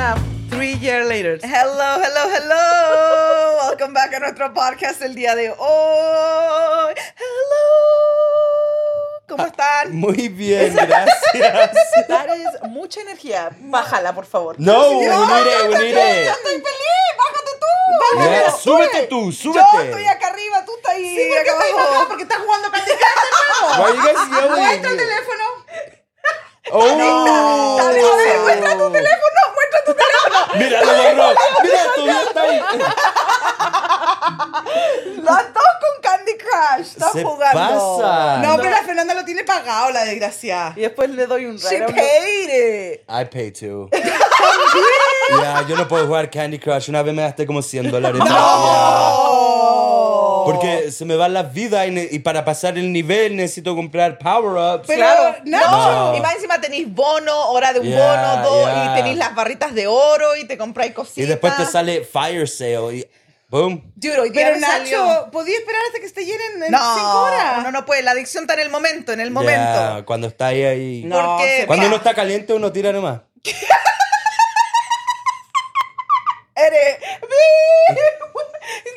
up three years later. Hello, hello, hello. Welcome back a nuestro podcast el día de hoy. Hello. Ah. ¿Cómo están? Muy bien, gracias. That is mucha energía. Bájala, por favor. No, we need it, we need Yo it. estoy feliz. Bájate tú. Yeah, Bájate súbete tú, Yo estoy súbete. acá arriba, tú estás ahí. Sí, porque acá estoy abajo. bajada, porque estás jugando pendejadas Why are Ah, you guys yelling? Muestra el teléfono. Oh. A ver, a ver, muestra tu teléfono. Muestra tu teléfono. Mira, lo borró. Mira, todavía está ahí. Las dos con Candy Crush. Están Se jugando. pasa. No, pero la Fernanda lo tiene pagado, la desgraciada. Y después le doy un She raro. paid it. I pay too. Ya, yo no puedo jugar Candy Crush. Una vez me gasté como 100 dólares. Oh. Porque se me va la vida y, ne- y para pasar el nivel necesito comprar power-ups. Pero, Claro. Nacho, No. y más encima tenéis bono, hora de un Yeah, bono, dos, yeah. y tenéis las barritas de oro y te compráis cositas. Y después te sale fire sale y boom. Dude, hoy día Pero me salió. Nacho, podía esperar hasta que esté llenen en No, cinco horas. uno no puede, la adicción está en el momento, en el momento. Ya, cuando está ahí, ahí. No, Porque, se Cuando uno mira, está caliente, uno tira nomás. eres...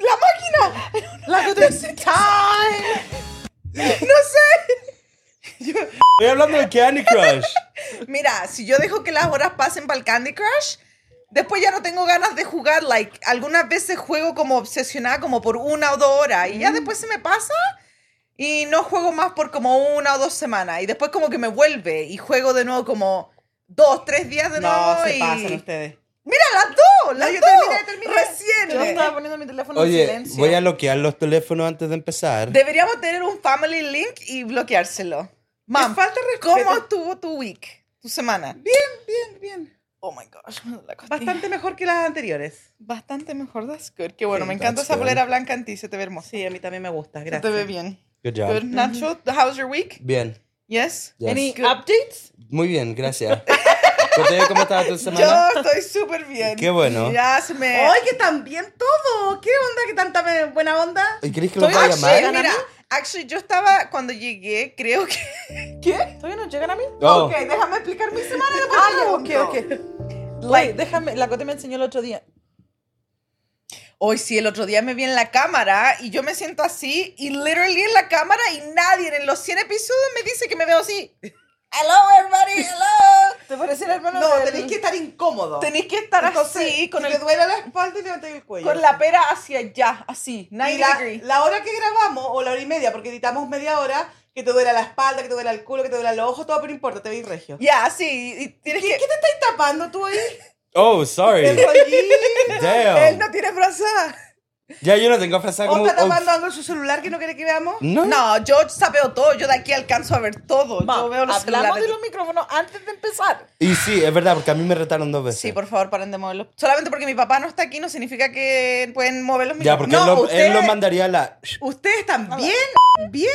¡La máquina! La que te- Time. No Estoy hablando de Candy Crush. sé. Mira, si yo dejo que las horas pasen para el Candy Crush, después ya no tengo ganas de jugar. Like, algunas veces juego como obsesionada, como por una o dos horas. Mm. Y ya después se me pasa... Y no juego más por como una o dos semanas. Y después como que me vuelve y juego de nuevo como dos, tres días de nuevo. No, se y- pasan ustedes. Mira, las dos, las yo dos. terminé, terminé. Recién. Yo estaba poniendo mi teléfono en Oye, silencio. voy a bloquear los teléfonos antes de empezar. Deberíamos tener un family link y bloqueárselo. Mam, falta de ¿cómo respeto. estuvo tu week? Tu semana. Bien, bien, bien. Oh my gosh, me duele la costilla. Bastante mejor que las anteriores. Bastante mejor, that's good. Qué bueno, Sí, me encanta that's esa good. polera blanca en ti, se te ve hermosa. Sí, a mí también me gusta, Se gracias. te ve bien. Good Good, job. Nacho, how's your week? Bien. Yes. yes. Any Good. updates? Muy bien, gracias. Cortés, ¿Cómo estaba tu semana? Yo estoy súper bien. Qué bueno. Ya se me... ¡Ay, que tan bien todo! ¿Qué onda? ¿Qué tanta me- buena onda? ¿Y crees que los voy a Actually, llamar? mira, actually, yo estaba cuando llegué, creo que. ¿Qué? ¿Todavía no llegan a mí? Oh. Ok, déjame explicar mi semana de Ah, ya, ok, Mundo. ok. Like- Wait, déjame, la Cote me enseñó el otro día. Hoy sí, el otro día me vi en la cámara y yo me siento así y literally en la cámara y nadie en los 100 episodios me dice que me veo así. Hello, everybody, hello. ¿Te parece el hermano No, del- tenéis que estar incómodo. Tenéis que estar Entonces, así, con, que el- te duela la espalda y levantáis el cuello. Con la pera hacia allá, así, 90 y la, degrees. la hora que grabamos, o la hora y media, porque editamos media hora, que te duela la espalda, que te duela el culo, que te duela los ojos, todo, pero no importa, te veis regio. Ya, así. Y tienes ¿Qué, que. qué te estáis tapando tú ahí? Oh, sorry. El rollito. Él Damn. no tiene frazada. Ya yo no tengo frazada ¿O como. está tapando oh, algo en su celular que no quiere que veamos? No. No, yo sapeo todo. Yo de aquí alcanzo a ver Pues todo. Ma, yo veo los hablamos celulares. de los micrófonos antes de empezar. Y sí, es verdad, porque a mí me retaron dos veces. Sí, por favor, paren de moverlos. Solamente porque mi papá no está aquí no significa que pueden mover los Ya, porque micrófonos. él, lo, ustedes- él lo mandaría a la. Ustedes están bien, bien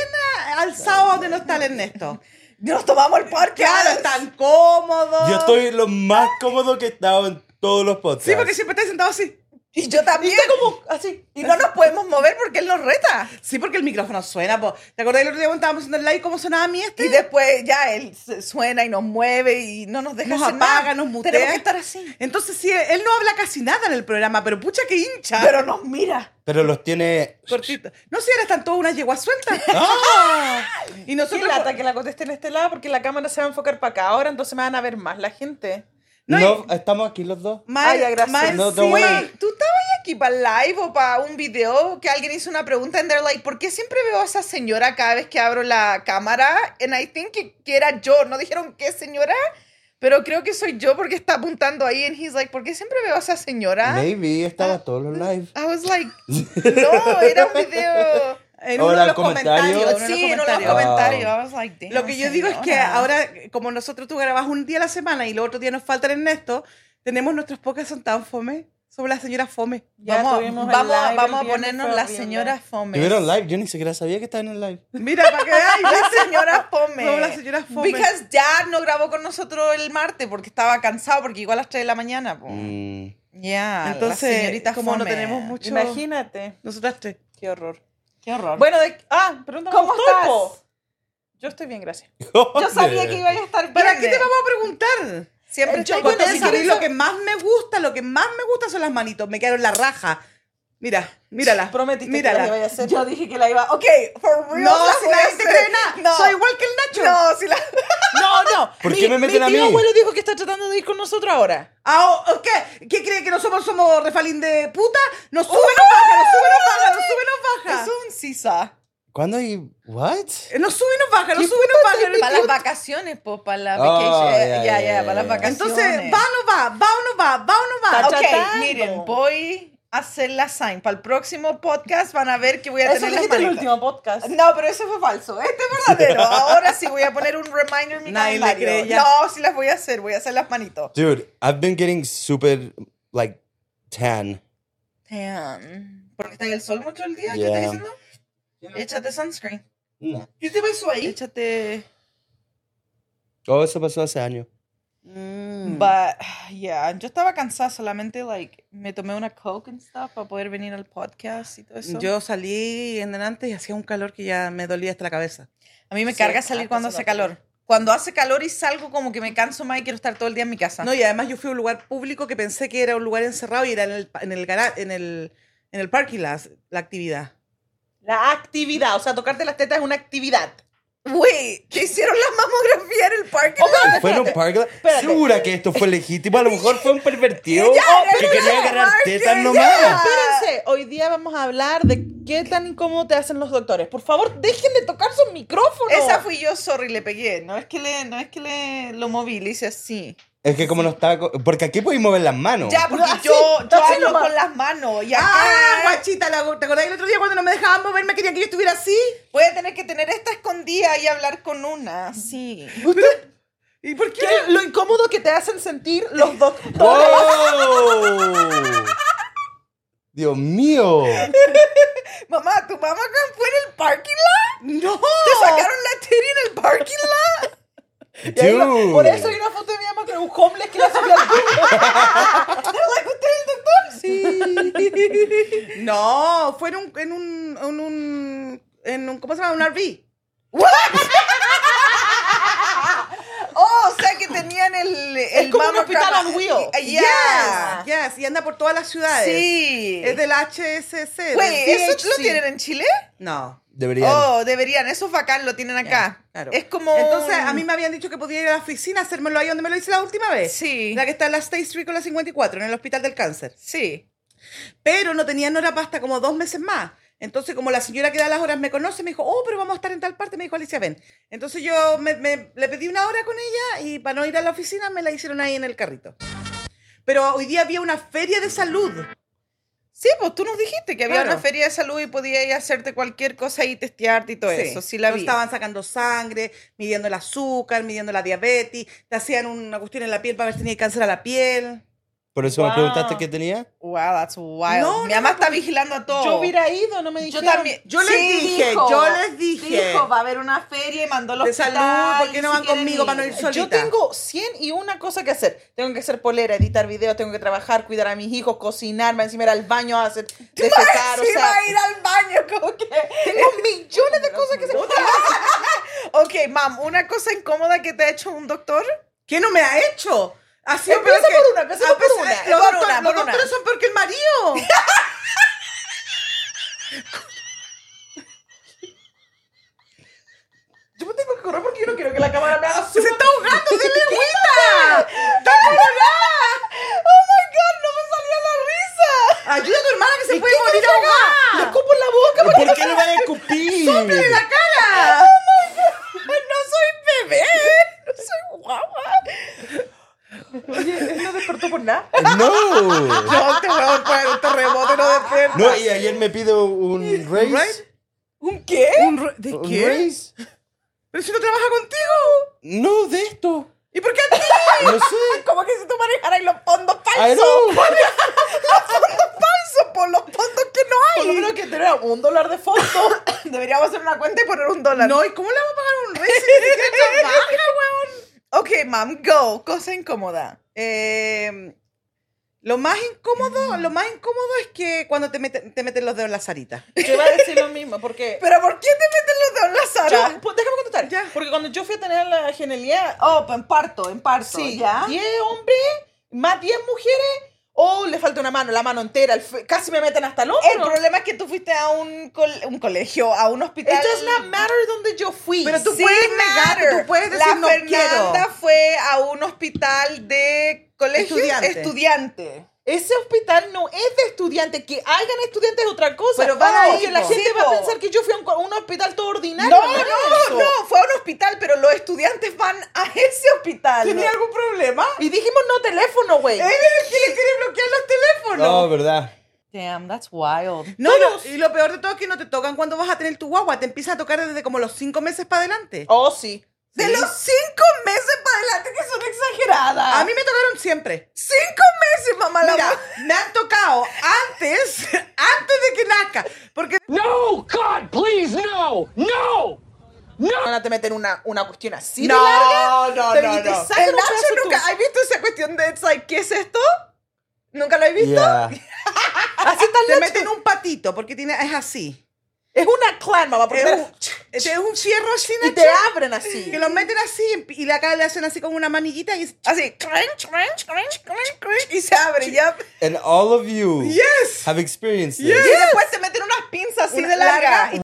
a- alzados donde no está el Ernesto. Nos tomamos el parque. Claro, están cómodos. Yo estoy lo más cómodo que he estado en todos los podcasts. Sí, porque siempre estáis sentados así. Y yo también. como así. Y no nos podemos mover porque él nos reta. Sí, porque el micrófono suena. po. ¿Te acordás el otro día cuando estábamos haciendo el live cómo sonaba a mí este? Y después ya él se- suena y nos mueve y no nos deja Nos hacer apaga, nada. nos mutea. Tenemos que estar así. Entonces, sí, él no habla casi nada en el programa, pero pucha que hincha. Pero nos mira. Pero los tiene. Cortito. No sé, ahora están todas unas yeguas sueltas. Y Qué nosotros. lata que la Cote esté en este lado porque la cámara se va a enfocar para acá ahora, entonces me van a ver más la gente. No, No, y- estamos aquí los dos. Más- Ah, Ay, ya, gracias. más No, no, encima- bueno. ¿Tú estabas aquí para live o para un video que alguien hizo una pregunta en they're like, ¿por qué siempre veo a esa señora cada vez que abro la cámara? And I think que, que era yo. No dijeron qué señora, pero creo que soy yo porque está apuntando ahí. And he's like, ¿por qué siempre veo a esa señora? Maybe estaba todos los live. I was like, no, era un video. En Ahora, uno de el los comentario. comentarios. uno de los Sí, en uno de los comentarios. Wow. comentarios. I was like, damn, Lo que yo digo es que señora. ahora, como nosotros tú grabas un día a la semana y los otros días nos faltan Ernesto, tenemos nuestros podcasts son tan fome. Somos la señora fome. Ya vamos, tuvimos el vamos, live el vamos a viernes, ponernos fue la horrible. señora Fome. Tuvieron live, yo ni siquiera sabía que estaban en live. Mira, para que veas. La señora Fome. Somos la señora fome. Because Dad no grabó con nosotros el martes porque estaba cansado, porque igual a las 3 de la mañana. po. Mm. Ya, la Entonces, señorita como no Fome. tenemos mucho. Imagínate. Nosotras tres. Qué horror. Qué horror. Bueno, de... ah, pregúntame ¿Cómo tú, estás? po. Yo estoy bien, gracias. Mm. yo sabía que iba a estar bien. ¿Para qué te vamos a preguntar? Siempre El estoy chocolate, con Ustedes esa. si saben quieres- lo que más me gusta, lo que más me gusta son las manitos. Me quedaron la raja. Mira, mírala. Prometiste que mírala. la iba a hacer. Yo dije que la iba. Ok, for real. No, la si voy a nadie te hacer. cree nada. No. Soy igual que el Nacho. No, si la. No, Oh, no. ¿Por mi, qué me meten mi a tío mí? abuelo dijo que está tratando de ir con nosotros ahora. Ah, ¿o- o ¿qué? ¿Qué cree que nosotros somos refalín de puta? Nos sube, nos baja, nos sube, nos baja, nos sube, nos baja. Oh. Es un sisa. ¿Cuándo y what? Eh, Nos sube, nos baja, nos ¿Qué sube, nos baja. nos- Para las vacaciones, pues, para la Oh, vacation. Eh, ya, ya, ya, ya, ya, para las ya. vacaciones. Entonces, va o no va, va o no va, va o no va. Está Ok, tratando. miren, voy a hacer la sign. Para el próximo podcast van a ver que voy a Eso tener las dijiste en el manitas. último podcast. No, pero eso fue falso. Este es verdadero. Ahora sí voy a poner un reminder en mi Nadie le calendario. cree ya. No, sí las voy a hacer. Voy a hacer las manitos. Dude, I've been getting super like tan. Damn. Porque está en el sol mucho el día. ¿Qué Yeah. está diciendo? Échate sunscreen. ¿Qué te pasó ahí? Échate. Oh, eso pasó hace años. Va. But, yeah, yo estaba cansada solamente, like, me tomé una Coke and stuff para poder venir al podcast y todo eso. Yo salí en delante y hacía un calor que ya me dolía hasta la cabeza. a mí me Sí, carga salir harto cuando se hace nota. calor. Cuando hace calor y salgo como que me canso más y quiero estar todo el día en mi casa. No, y además yo fui a un lugar público que pensé que era un lugar encerrado y era en el, pa- en el, gara- en el, en el parking la, la actividad. La actividad, o sea, tocarte las tetas es una actividad. Güey, ¿qué hicieron la mamografía en el parque? Fue en un parque. Espérate. Segura que esto fue legítimo. A lo mejor fue un pervertido que quería agarrar tetas Ah. nomás. Espérense, hoy día vamos a hablar de qué tan incómodo te hacen los doctores. Por favor, dejen de tocar sus micrófonos. Esa fui yo, sorry, le pegué. No es que le, no es que le lo moví, le hice así. Es que como no estaba. co- Porque aquí podéis mover las manos. Ya, porque Ah, sí, yo, yo así hablo nomás. con las manos y acá ¡Ah, guachita! la- ¿Te acordás el otro día cuando no me dejaban moverme? Querían que yo estuviera así. voy a tener que tener esta escondida y hablar con una. Sí. ¿Y por ¿Qué? Lo incómodo que te hacen sentir Eh, los doctores. ¡Wow! Dios mío. Mamá, ¿tu mamá acá fue en el parking lot? ¡No! ¿Te sacaron la tele en el parking lot? Y ahí va- Dude. Por eso hay una foto de mi mamá con un homeless que la subió al tubo. No, fue en un, en un, en un, en un- ¿cómo se llama? Un RV. Oh, o sea que tenían el, el como un mammogram- hospital on wheel. Eh, Yes, Yeah. yes, y anda por todas las ciudades. Sí. Es del HSC. Güey, del ¿eso lo DHC. tienen en Chile? No. Deberían. Oh, deberían, eso es bacán, lo tienen acá. claro. Es como. Entonces, un- a mí me habían dicho que podía ir a la oficina a hacérmelo ahí donde me lo hice la última vez. Sí. La que está en la State Street con la 54, en el Hospital del Cáncer. Sí. Pero no tenían hora pasta como dos meses más. Entonces, como la señora que da las horas me conoce, me dijo, oh, pero vamos a estar en tal parte. Me dijo, Alicia, ven. Entonces yo me- me- le pedí una hora con ella y para no ir a la oficina me la hicieron ahí en el carrito. Pero hoy día había una feria de salud. Sí, pues tú nos dijiste que había Claro. una feria de salud y podías ir a hacerte cualquier cosa y testearte y todo eso. Sí, la Pero vi. Estaban sacando sangre, midiendo el azúcar, midiendo la diabetes. Te hacían una cuestión en la piel para ver si tenía cáncer a la piel. Por eso me Wow. preguntaste qué tenía. Wow, that's wild. No, Mi no, mamá no, está vigilando a todo. Yo hubiera ido, no me dijeron. también. Yo les Sí, dije, dijo, yo les dije. Dijo, va a haber una feria y mandó los De salud, ¿por qué no van conmigo para no ir solita? Yo tengo 100 y una cosa que hacer. Tengo que hacer polera, editar videos, tengo que trabajar, cuidar a mis hijos, cocinar, más encima ir al baño a hacer defecar, o Sí, va sea, a ir al baño, como que. tengo millones de cosas que hacer. Ok, mam, una cosa incómoda que te ha hecho un doctor. ¿Qué no me ha hecho? Ha sido Empieza peor por una, empieza Ah, por pues, una, eh, Los, por doctor- una, los por una. doctores son peor que el marido. Yo me tengo que correr porque yo no quiero que la cámara me haga zoom. está ahogando, dile Oh Ayuda a tu hermana que se puede morir ¡Le ahogada. escupo en la boca! ¿Por qué no van a escupir? ¡La cara! Oh No soy bebé, no soy guapa. Oye, él no despertó por nada. No. Yo te voy a poner un terremoto y no despierto. No, y ayer me pido un raise. raise? ¿Un qué? ¿Un re- ¿Eh? ¿De ¿Un qué? raise? Pero si no trabaja contigo. No, de esto. ¿Y por qué a ti? No sé. Como que si tú manejaras los fondos I falsos. know. Falsos por los fondos que no hay. Por lo menos que tenía un dólar de fondo. Deberíamos hacer una cuenta y poner un dólar. No, ¿y cómo le vamos a pagar un rey si ni siquiera trabaja, weón? Ok, mam, go. Cosa incómoda. Eh, Lo más incómodo, lo más incómodo es que cuando te, mete- te meten los dedos en la zarita. Yo iba a decir lo mismo, porque. ¿Pero por qué te meten los dedos en la Yo- sala? pues, déjame contestar. Ya. Porque cuando yo fui a tener la genialidad, Oh, en parto, en parto. sí, ¿ya? 10 hombres, más 10 mujeres, o le falta una mano, la mano entera, el fe- casi me meten hasta el hombro. El problema es que tú fuiste a un, col- un colegio, a un hospital. It does not matter donde yo fui. Pero tú Sí puedes negar, matter. tú puedes decir La no Fernanda quiero. fue a un hospital de colegio Estudiante. estudiante. Ese hospital no es de estudiantes. Que hagan estudiantes es otra cosa. Pero van Porque ahí, la po. gente Sí, va a po. pensar que yo fui a un, co- un hospital todo No, ordinario. no, es eso. no, fue a un hospital, pero los estudiantes van a ese hospital. ¿Tenía algún problema? Y dijimos no teléfono, güey. Él es el que le quiere bloquear los teléfonos. No, verdad. Damn, that's wild. No, no, y lo peor de todo es que no te tocan cuando vas a tener tu guagua. Te empiezan a tocar desde como los cinco meses para adelante. Oh, sí. De los cinco meses para adelante que son exageradas. A mí me tocaron siempre. cinco meses, mamá. la Mira, mu- me han tocado antes, antes de que nazca. Porque No, God, please, no, no. Van a te meten una, una cuestión así. No, de larga, no, te- no, y te no. sacan El un Nacho pedazo nunca. tuyo. ¿Has visto esa cuestión de it's like, ¿qué es esto? ¿Nunca lo he visto? Yeah. Así está el te Nacho. meten un patito, porque tiene, es así. Es una clan, mamá. Porque Es te- un, es un fierro así, y Nacho, te abren así. Que lo meten así y la cara le hacen así con una manillita y Así, crunch, crunch, crunch, crunch, crunch, y se abre, ya. And all of you Yes. have experienced this. Y después se meten unas pinzas así Una de larga. larga. Y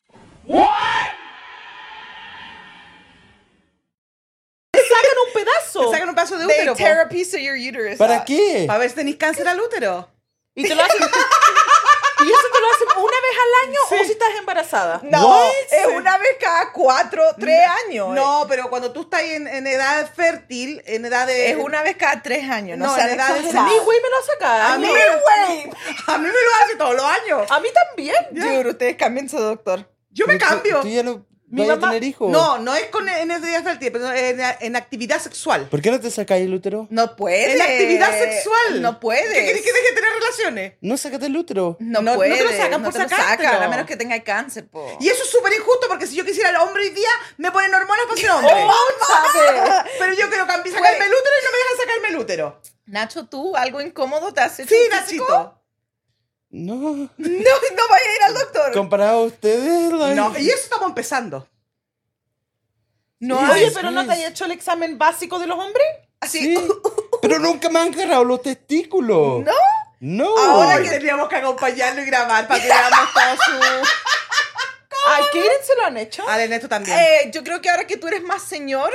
Te sacan un pedazo. te sacan un paso de Oh. they útero. po. tear a piece of your uterus. ¿Para out. qué? Para ver si tenéis cáncer al útero. Y te lo hacen. y eso te lo hacen una vez al año o si estás embarazada. No, What? es una vez cada cuatro, tres años. No, pero cuando tú estás en, en edad fértil, en edad de... es una vez cada tres años. No, eh, No, sean en edad de A exagerados. mí, güey, me lo sacan. A mí, a mí me lo hace todos los años. A mí también. Dude, ustedes cambien su doctor. Yo me Pero tú- cambio. Tú ya no Mi vas a mamá- tener hijos. No, no es con en edad fértil, pero en, en actividad sexual. ¿Por qué no te sacáis el útero? No puede. En actividad sexual. No puede. ¿Qué quieres que deje de tener relaciones? No sacate el útero. No, No- no puede. te lo sacan por te lo sacártelo. sacan, a menos que tenga cáncer, po. Y eso es súper injusto porque si yo quisiera el hombre hoy día, me ponen hormonas para ser hombre. Oh, Pero yo quiero cambiar, sacarme el útero y no me dejan sacarme el útero. Nacho, ¿tú algo incómodo te has hecho? Sí, un físico? Nachito. No. No, no vaya a ir al doctor. Comparado a ustedes, like- No, y eso estamos empezando. no, Sí. Oye, hay- pero ¿no te has hecho el examen básico de los hombres? así. Sí. Pero nunca me han agarrado los testículos. ¿No? No. Ahora que teníamos que acompañarlo y grabar para que veamos todo su... ¿A Karen se lo han hecho? Al Ernesto también. Eh, yo creo que ahora que tú eres más señor,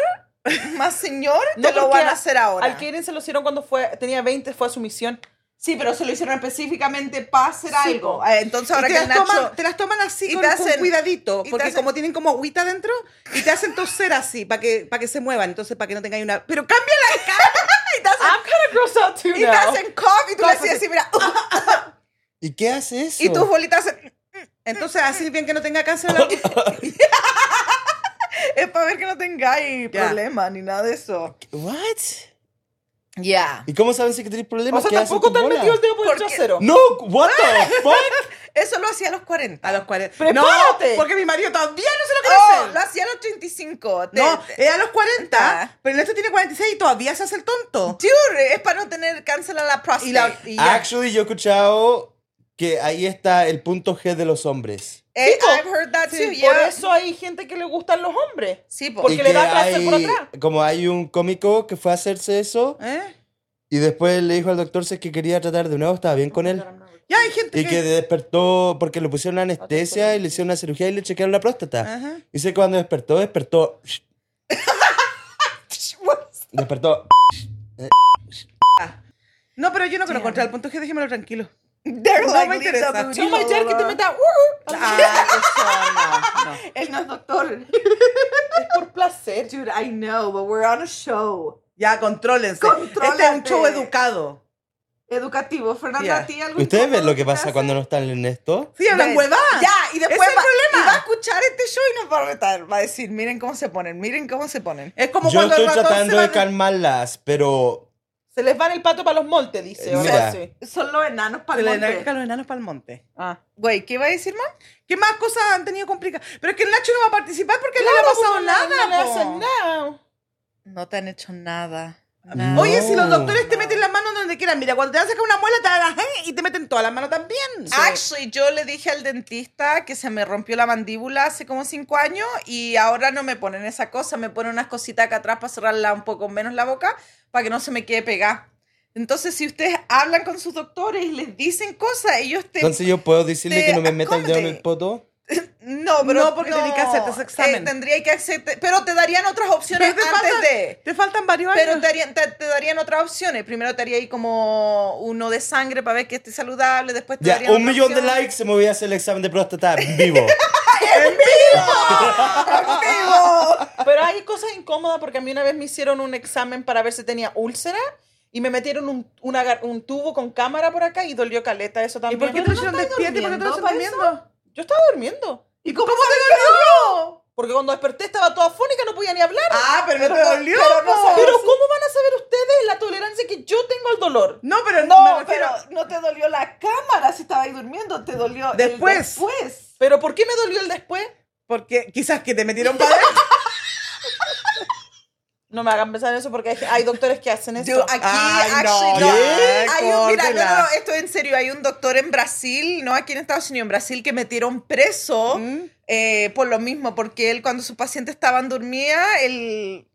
más señor, te lo porque van a hacer ahora. Al Karen se lo hicieron cuando fue, tenía 20, fue a su misión. Sí, pero se lo hicieron específicamente para hacer Sí, algo. po. Ah, Entonces ahora Y que te, el las Nacho... toman, te las toman así Y con, te con hacen- cuidadito, y te porque hacen- como tienen como agüita dentro, y te hacen toser así, para que, para que se muevan, entonces para que no tengáis una... Pero cambia la cara. y te hacen, I'm kinda grossed out too y te now. hacen cough y tú le haces así, mira. ¿Y qué hace eso? y tus bolitas hacen... Entonces así bien que no tenga cáncer la Es para ver que no tengáis Ya. problemas ni nada de eso. What? Ya. ¿Y cómo saben si que tenéis O problemas? sea, ¿Qué hacen tampoco tus te han bolas? metido el dedo Ah. por el Porque- trasero. No, what the fuck? Eso lo hacía a los 40. A los 40. ¡Prepárate! No, porque mi marido todavía no se lo quiere Oh, hacer. lo hacía a los 35. Te- No, te- es a los 40, Ah. pero Ernesto tiene 46 y todavía se hace el tonto. Dude, es para no tener cáncer a la próstata. Y la- y ya. Actually, yo he escuchado que ahí está el punto G de los hombres. Eh, Sí, po. I've heard that too, Por yeah. eso hay gente que le gustan los hombres. Sí, po. Porque Y le que da placer por hay- atrás. Como hay un cómico que fue a hacerse eso ¿Eh? y después le dijo al doctor si es que quería tratar de nuevo, estaba bien con él. Ya hay gente Y que despertó porque le pusieron anestesia y le hicieron una cirugía y le chequearon la próstata. Ajá. Y sé que cuando despertó, despertó. Despertó. No, pero yo no conozco el punto G, déjemelo tranquilo. They're No like, me leave interesa. the booty No me hole echar que te alone. meta Ah, eso no, no. Él no es doctor. es por placer. Eh, Dude, I know, but we're on a show. Ya, contrólense. Contrólate. Este es un show educado. Educativo. Fernando, Yeah. ¿a ti algo ¿Ustedes ven incómodo lo que te pasa hace? cuando no están en esto? Sí, hablan Ven. huevadas. Ya, y después Ese es el va, problema. y va a escuchar este show y nos va a retar. Va a decir, miren cómo se ponen, miren cómo se ponen. Es como Yo cuando estoy el ratón se tratando va de calmarlas, pero Se les van el pato para los moltes, dice. Eh, o algo mira. así. Son los enanos Se para le arranca los enanos para el monte. Ah. Güey, ¿qué iba a decir, más? ¿Qué más cosas han tenido complicadas? Pero es que el Nacho no va a participar porque Claro, no le ha pues, pasado no- nada. No le po. hacen nada. No te han hecho nada. No. Oye, si los Ah, No. doctores te meten la mano donde te quieran. Mira, cuando te van a sacar una muela, te van a- y te meten todas las manos también. Actually, yo le dije al dentista que se me rompió la mandíbula hace como cinco años y ahora no me ponen esa cosa, me ponen unas cositas acá atrás para cerrarla un poco menos la boca para que no se me quede pegada. Entonces, si ustedes hablan con sus doctores y les dicen cosas, ellos te... Entonces yo puedo decirle te- que no me meta el dedo en acómodate. el poto. no, pero No, porque tenés que hacerte ese examen. Eh, tendría que hacerte... Pero te darían otras opciones Pero te antes faltan- de... Te faltan varios Pero años. te darían, te, te darían otras opciones. Primero te haría ahí como uno de sangre para ver que esté saludable. Después te Ya, darían un otra millón de opción. likes se me voy a hacer el examen de próstata en vivo. oh, Pero hay cosas incómodas porque a mí una vez me hicieron un examen para ver si tenía úlcera y me metieron un, una gar- un tubo con cámara por acá y dolió caleta eso ¿Y también. por qué te Pero lo no hicieron estáis despierto? ¿Y por qué te lo hicieron durmiendo para durmiendo? eso. Yo estaba durmiendo. ¿Y cómo, te dolió? Porque cuando desperté estaba toda fónica, no podía ni hablar. Ah, pero no te Pero- dolió. pues. pero po. no saben- Pero ¿cómo van a saber ustedes la tolerancia que yo tengo al dolor? No, pero No, me refiero- pero no te dolió la cámara si estabas ahí durmiendo, te dolió el Después. después. ¿Pero por qué me dolió el después? Porque quizás que te metieron para adentro. No me hagan pensar en eso porque hay, hay doctores que hacen eso. Yo aquí, Ay, no, actually, ya, no. Hay un- mira, córtela. no, no, esto es en serio. Hay un doctor en Brasil, no aquí en Estados Unidos, en Brasil, que metieron preso eh, por lo mismo, porque él cuando sus pacientes estaban dormía, él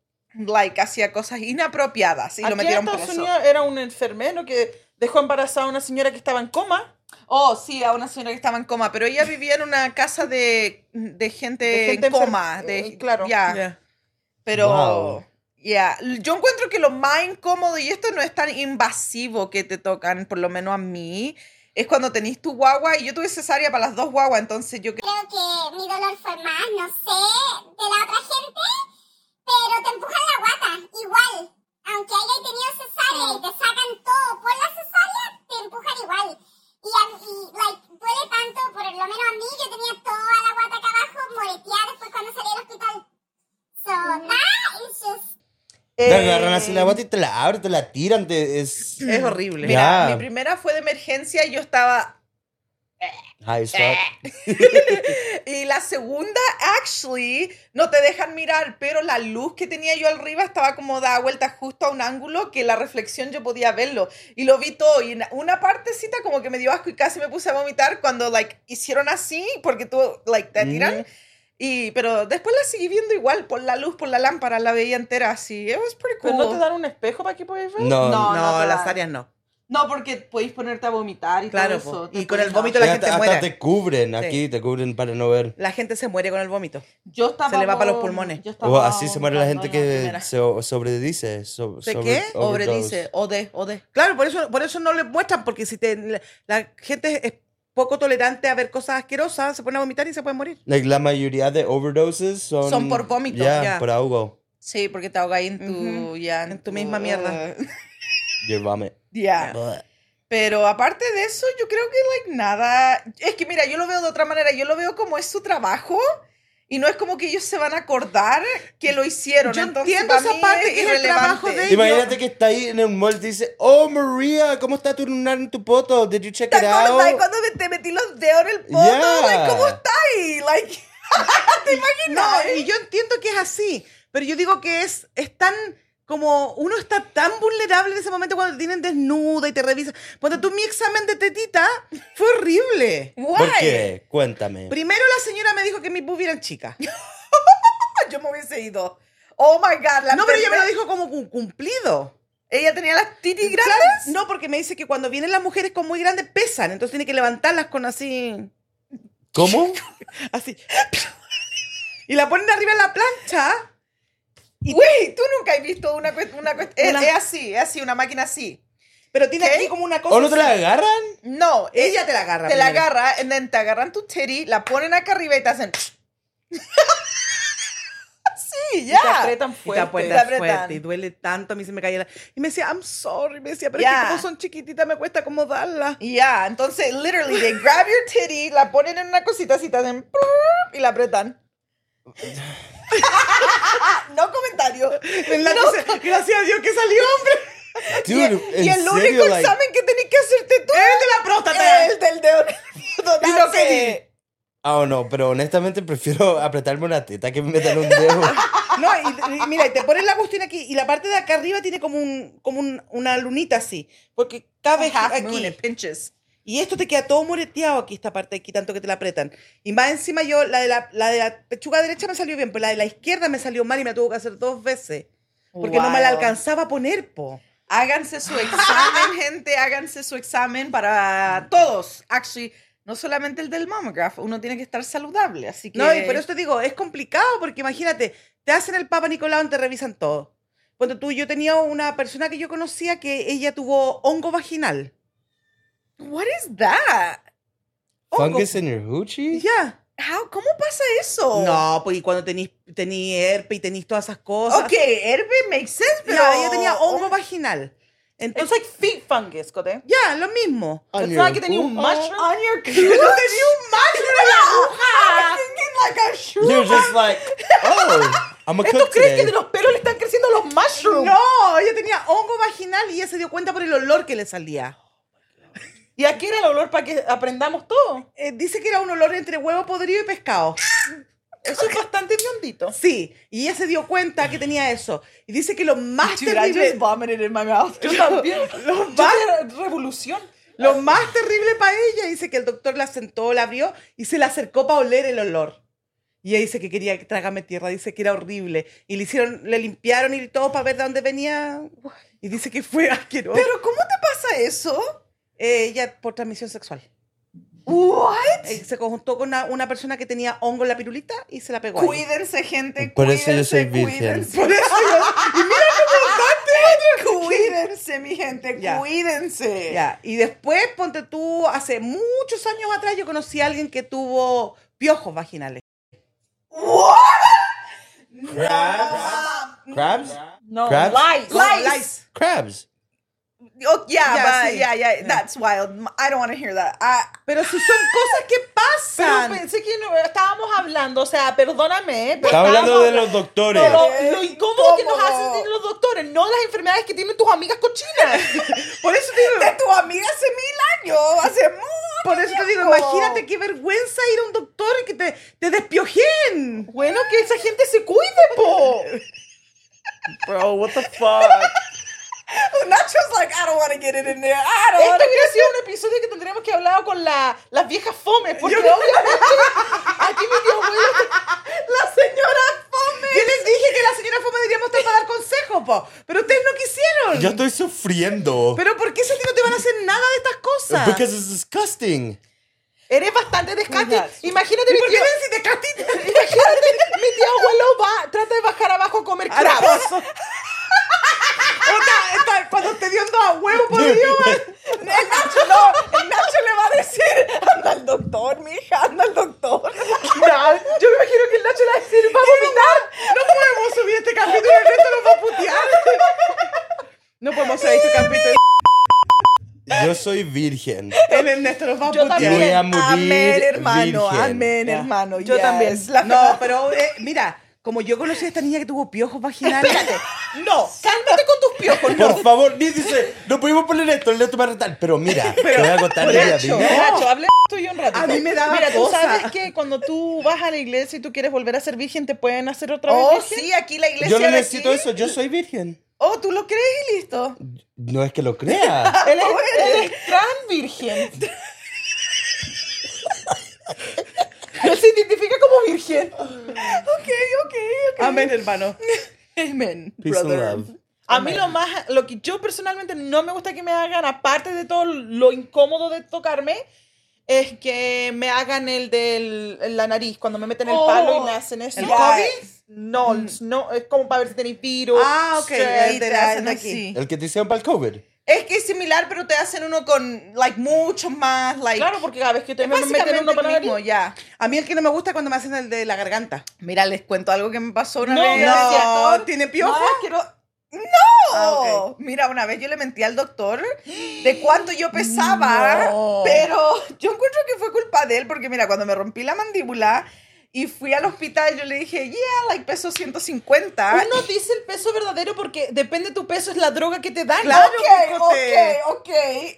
like, hacía cosas inapropiadas y Aquí lo metieron en Estados preso. Unidos era un enfermero que dejó embarazada a una señora que estaba en coma. Oh, sí, a una señora que estaba en coma, pero ella vivía en una casa de, de gente, De gente en coma. enfer- De, eh, claro. ya. Ya. Pero, Wow. ya, yo encuentro que lo más incómodo, y esto no es tan invasivo que te tocan, por lo menos a mí, es cuando tenés tu guagua, y yo tuve cesárea para las dos guaguas, entonces yo... creo que mi dolor fue más, no sé, de la otra gente, pero te empujan la guata, igual. Aunque hayas tenido cesárea y te sacan todo por la cesárea, te empujan igual. Y, a- y like, duele tanto, por lo menos a mí, yo tenía toda la guata acá abajo, moreteada después cuando salí del hospital. So, that is just Te Eh, agarran así la bota y te la abren, te la tiran. Te, es Es horrible. Mira, Ya. mi primera fue de emergencia y yo estaba high as Eh, fuck. Y la segunda, actually, no te dejan mirar, pero la luz que tenía yo arriba estaba como dada vuelta justo a un ángulo que la reflexión yo podía verlo. Y lo vi todo. Y en una partecita como que me dio asco y casi me puse a vomitar cuando, like, hicieron así, porque tú, like, te tiran. Y, pero después la seguí viendo igual, por la luz, por la lámpara, la veía entera así. It was pretty cool. ¿Pero no te dan un espejo para que puedas ver? No, No, No, te las dan. áreas no. No, porque podéis ponerte a vomitar y Claro, todo eso. po. Te Y con el ponen a- vómito la Y gente hasta, muera. hasta te cubren aquí, Sí. te cubren para no ver. La gente se muere con el vómito. Yo estaba Se le va para los vom- pulmones. yo O estaba así se muere la vomitando gente en la que primera. se o- sobredice. so- ¿Se sobre- qué? Obre overdose. dice, o de, o de. Claro, por eso, por eso no les muestran, porque si te, la, la gente es poco tolerante a ver cosas asquerosas, se pone a vomitar y se puede morir. Like, la mayoría de overdoses son, Son por vómito, Ya, ya. por ahogo. Sí, porque te ahogáis en tu, Ujú. ya, En tu misma mierda. Your vomit. Ya. Pero aparte de eso, yo creo que, like, nada. Es que, mira, yo lo veo de otra manera. Yo lo veo como es su trabajo. Y no es como que ellos se van a acordar que lo hicieron. Yo Entonces, entiendo para esa mí parte, es es el trabajo irrelevante. de- Imagínate que está ahí en el mall y dice, oh María, ¿cómo está tu lunar en tu poto? Did you check ¿Te it acuerdas out? cuando me- te metí los dedos en el poto? Ya. Like, ¿Cómo está ahí? Like, No, y yo entiendo que es así, pero yo digo que es, es tan como uno está tan vulnerable en ese momento cuando te tienen desnuda y te revisan. Cuando tú mi examen de tetita fue horrible. ¿Por why? qué? Cuéntame. Primero la señora me dijo que mis boobs eran chicas. Yo me hubiese ido. Oh my God. la No, pero ella me lo perra- dijo como cu- cumplido. Ella tenía las titis grandes. Claro, No, porque me dice que cuando vienen las mujeres con muy grandes pesan, entonces tiene que levantarlas con así, ¿Cómo? así. Y la ponen arriba en la plancha. Güey, tú nunca has visto una cuest- una cuest- es- Una- Es, así, es así, una máquina así. Pero tiene ¿Qué? aquí como una cosa. ¿O no te la así. agarran? No, Ella es- te la agarra Te la primero. agarra, and then te agarran tu teddy, la ponen acá arriba y te hacen. sí, Y te ya. apretan Y te fuerte. apuestas apretan. fuerte y duele tanto. A mí se me caía la... Y me decía, I'm sorry. Me decía, pero es Ya. que como son chiquititas me cuesta acomodarlas. Y ya, entonces, literally, they grab your titty, la ponen en una cosita así, te hacen. prrr, Y la apretan. no comentario. En la cosa- Gracias a Dios que salió, hombre. y, Dude, y el ¿en serio? único Like, examen que tenés que hacerte tú. El de la próstata. El del dedo. Y no querí. oh, Ah, no, pero honestamente prefiero apretarme una teta que me metan un dedo. No, y, y mira, y te pones la cuestión aquí y la parte de acá arriba tiene como un como un- una lunita así, porque cabe Half moon, aquí. it pinches. Y esto te queda todo moreteado aquí, esta parte aquí, tanto que te la apretan. Y más encima yo, la de la, la de la pechuga derecha me salió bien, pero la de la izquierda me salió mal y me la tuvo que hacer dos veces. Porque no me la Wow. alcanzaba a poner, po. Háganse su examen, gente, háganse su examen para todos. Actually, no solamente el del mammograph, uno tiene que estar saludable, así que No, y por eso te digo, es complicado porque imagínate, te hacen el Papa Nicolau y te revisan todo. Cuando tú, yo tenía una persona que yo conocía que ella tuvo hongo vaginal. What is that? Hongo. Fungus in your Ya. hoochie? How, ¿Cómo pasa eso? No, pues y cuando tenís tení herpes y tenís todas esas cosas. Ok, herpes makes sense, pero Ya, ella tenía hongo vaginal. It's Entonces, like feet fungus, Cote. ya, lo mismo. On It's your like tenía un hoo- mushroom. on your cooch. tenía un macho en la aguja. You're just like, oh, I'm a ¿Tú cook crees que today. de los pelos le están creciendo los mushrooms? No, ella tenía hongo vaginal y ella se dio cuenta por el olor que le salía. Y aquí era el olor para que aprendamos todo. Eh, dice que era un olor entre huevo podrido y pescado. Eso es bastante biondito. Sí, y ella se dio cuenta que tenía eso. Y dice que lo más Dude, I just terrible, vomited in my mouth. Yo también. Los Yo va- era revolución. lo más terrible para ella, dice que el doctor la sentó, la abrió y se la acercó para oler el olor. Y ella dice que quería que trágame tierra, dice que era horrible. Y le hicieron, le limpiaron y todo para ver de dónde venía. Y dice que fue asqueroso. Pero ¿cómo te pasa eso? Eh, ella por transmisión sexual. What? Eh, se conjuntó con una, una persona que tenía hongo en la pirulita y se la pegó. ahí. Cuídense, gente. Por cuídense, eso yo soy virgen. cuídense. Por eso yo- Cuídense, mi gente, Ya. cuídense. Ya, Y después, ponte tú, hace muchos años atrás yo conocí a alguien que tuvo piojos vaginales. Crabs? Crabs? No, Crabs? lies. Oh, Lice. Crabs. Oh, yeah, Ya, but- sí. yeah, yeah, that's wild. I don't want to hear that. I, Pero si son cosas que Pero pasan. pensé que no- estábamos hablando, o sea, perdóname. pero Está hablando estábamos- de los doctores. Pero lo, lo incómodo que nos Incómodo. hacen sentir los doctores, no las enfermedades que tienen tus amigas cochinas. e- por eso te digo, de tu amiga hace mil años, hace mucho. por eso te digo, tiempo. imagínate qué vergüenza ir a un doctor y que te, te despiojen. bueno, que esa gente se cuide, po. Bro, what the fuck? Nacho's like, I don't want to get it in there. I don't want Esto to. hubiera sido un episodio que tendríamos que hablar con la- las viejas fomes, porque obviamente aquí mi tío abuelo La señora Fome. Yo les dije que la señora Fome deberíamos estar para dar consejos, po. Pero ustedes no quisieron. Yo estoy sufriendo. Pero ¿por qué si a ti no te van a hacer nada de estas cosas? Because it's disgusting. eres bastante descante. Cuidado. Imagínate ¿Y mi por qué tío, ven si te castigan? imagínate mi tío abuelo va, trata de bajar abajo a comer crabs. Carabazo. Ota, esta- cuando te dio a huevo por Dios. El Nacho no. El Nacho le va a decir, anda al doctor, mija, anda al doctor. No, yo me imagino que el Nacho le va a decir, va a vomitar. No podemos subir este capítulo, el resto nos va a putear. No podemos subir este capítulo, Yo soy virgen. el Ernesto nos va a Yo putear. Y también. voy a morir Amén, hermano, virgen. amén, Ya. hermano. Yo yes. también. La- No, pero eh, mira, como yo conocí a esta niña que tuvo piojos vaginales. No, cálmate con tus piojos, no. Por favor, ni dice, no podemos poner esto, el esto para tal. Pero mira, te voy a contar la vida. Nacho, mira. Nacho, hable tuyo un rato. A mí me daba Mira, cosa. tú sabes que cuando tú vas a la iglesia y tú quieres volver a ser virgen, te pueden hacer otra vez Oh, virgen? sí, aquí la iglesia. Yo no de necesito aquí. eso, yo soy virgen. Oh, tú lo crees y listo. No es que lo crea. Él es, él es trans virgen. Él se identifica como virgen. Ok, ok, ok. Amén, hermano. Amen, Peace and brother. love. A mí lo más, lo que yo personalmente no me gusta que me hagan, aparte de todo lo incómodo de tocarme, es que me hagan el de la nariz, cuando me meten el Oh, palo y me hacen eso. ¿El COVID? No, no, es como para ver si tenéis virus. Ah, ok, strep, el Y de te la- hacen de aquí. así. El que te hicieron para el COVID. Es que es similar, pero te hacen uno con, like, mucho más, like... Claro, porque cada vez que te me básicamente meten uno para la el mismo, nariz. ya. A mí el que no me gusta es cuando me hacen el de la garganta. Mira, les cuento algo que me pasó una No, vez. gracias, No, ¿tiene piojo? No, quiero- ¡No! Ah, ok. Mira, una vez yo le mentí al doctor de cuánto yo pesaba, No. pero yo encuentro que fue culpa de él, porque mira, cuando me rompí la mandíbula y fui al hospital, yo le dije, yeah, like, peso 150. Uno dice el peso verdadero porque depende de tu peso, es la droga que te dan. Claro. ok, Cocote. ok, ok.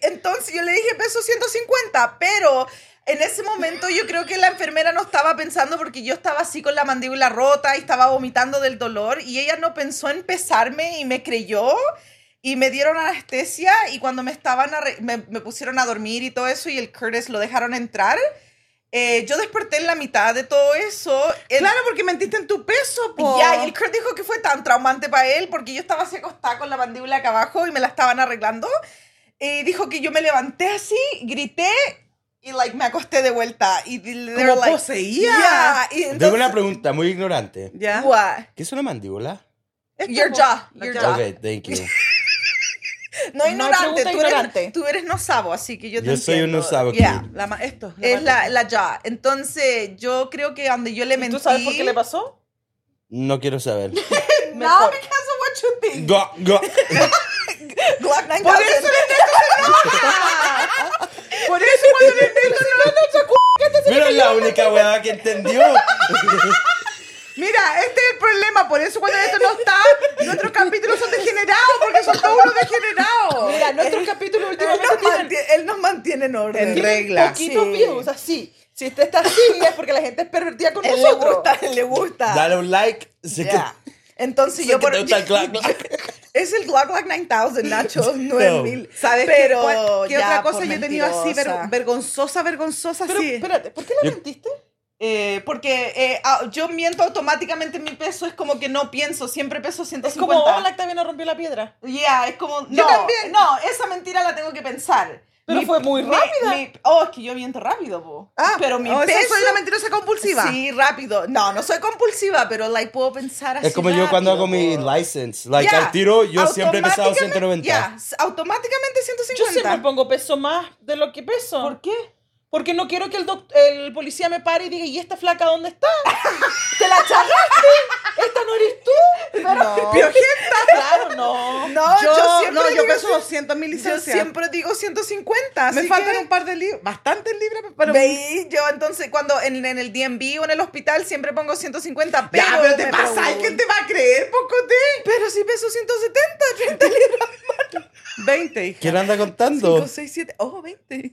Entonces yo le dije peso 150, pero En ese momento yo creo que la enfermera no estaba pensando porque yo estaba así con la mandíbula rota y estaba vomitando del dolor y ella no pensó en pesarme y me creyó y me dieron anestesia y cuando me estaban arre- me, me pusieron a dormir y todo eso y el Curtis lo dejaron entrar. eh, yo desperté en la mitad de todo eso. El- Claro, porque mentiste en tu peso, po. ya, y el Kurt dijo que fue tan traumante para él porque yo estaba así acostada con la mandíbula acá abajo y me la estaban arreglando. Y dijo que yo me levanté así, grité y like me acosté de vuelta. Y they were like, poseída. "Yeah", y entonces, Tengo una pregunta muy ignorante. Ya. What? ¿Qué es una mandíbula? Your jaw, your jaw. Ok, thank you. No ignorante, pregunta tú, ignorante. Eres, tú eres no sabo, así que yo te Yo soy un entiendo. usado. Yeah. La ma- esto. Es pata. la, la jaw. Entonces, yo creo que donde yo le ¿Y mentí... ¿Tú sabes por qué le pasó? No quiero saber. No, Mejor. because of what you think. Go, go. Glock 9000. Por eso Por eso cuando le invento se lo mando a cu- Pero es la única weá que entendió. Mira, este es el problema. Por eso cuando esto no está, nuestros capítulos son degenerados, porque son todos unos degenerados. Mira, nuestros capítulos Él últimamente nos, tienen mantiene, él nos mantiene en orden. En tienen regla. poquitos Sí. views, así. Si usted está así, es porque la gente es pervertida con Él le nosotros. gusta, él le gusta. Dale un like. Sé que- Ya. Entonces sé yo que por... te gusta el clac, clac. Es el Glock like 9000, Nacho, 9000. ¿Sabes qué- Pero cuál- qué, ya, otra cosa por yo he tenido así ver- mentirosa. vergonzosa, vergonzosa? Pero sí. espérate, ¿por qué la Yo- mentiste? Eh, porque eh, ah, yo miento automáticamente en mi peso, es como que no pienso, siempre peso Es como, 150. oh, la Octavia rompió la piedra. Yeah, es como. Yo no, también. No, esa mentira la tengo que pensar. Pero fue muy rápida. oh, mi- oh, es que yo miento rápido, po. Ah, pero mi o sea, peso. soy una mentirosa compulsiva. Sí, rápido. No, no soy compulsiva, pero like puedo pensar así. Es como yo cuando hago rápido, mi po. license. Like, Yeah, al tiro, yo siempre he pesado automáticamente- 190. yeah, automáticamente 150. Yo siempre pongo peso más de lo que peso. ¿Por qué? Porque no quiero que el, doc- el policía me pare y diga, ¿y esta flaca dónde está? ¡Te la charraste! ¿Esta no eres tú? No. Piojeta. Claro, no. No, yo, yo, siempre no, yo digo, peso 200 mil yo licencias. siempre digo 150. me así faltan que- un par de libras, bastantes libras, pero... Veí, yo entonces cuando en, en el DMV o en el hospital siempre pongo 150 pero ya, pero te me pasa, pregunto, ¿quién te va a creer, Pocote? Pero si peso 170, 30 libras. 20, hija. ¿Quién anda contando? 5, 6, 7, oh, 20.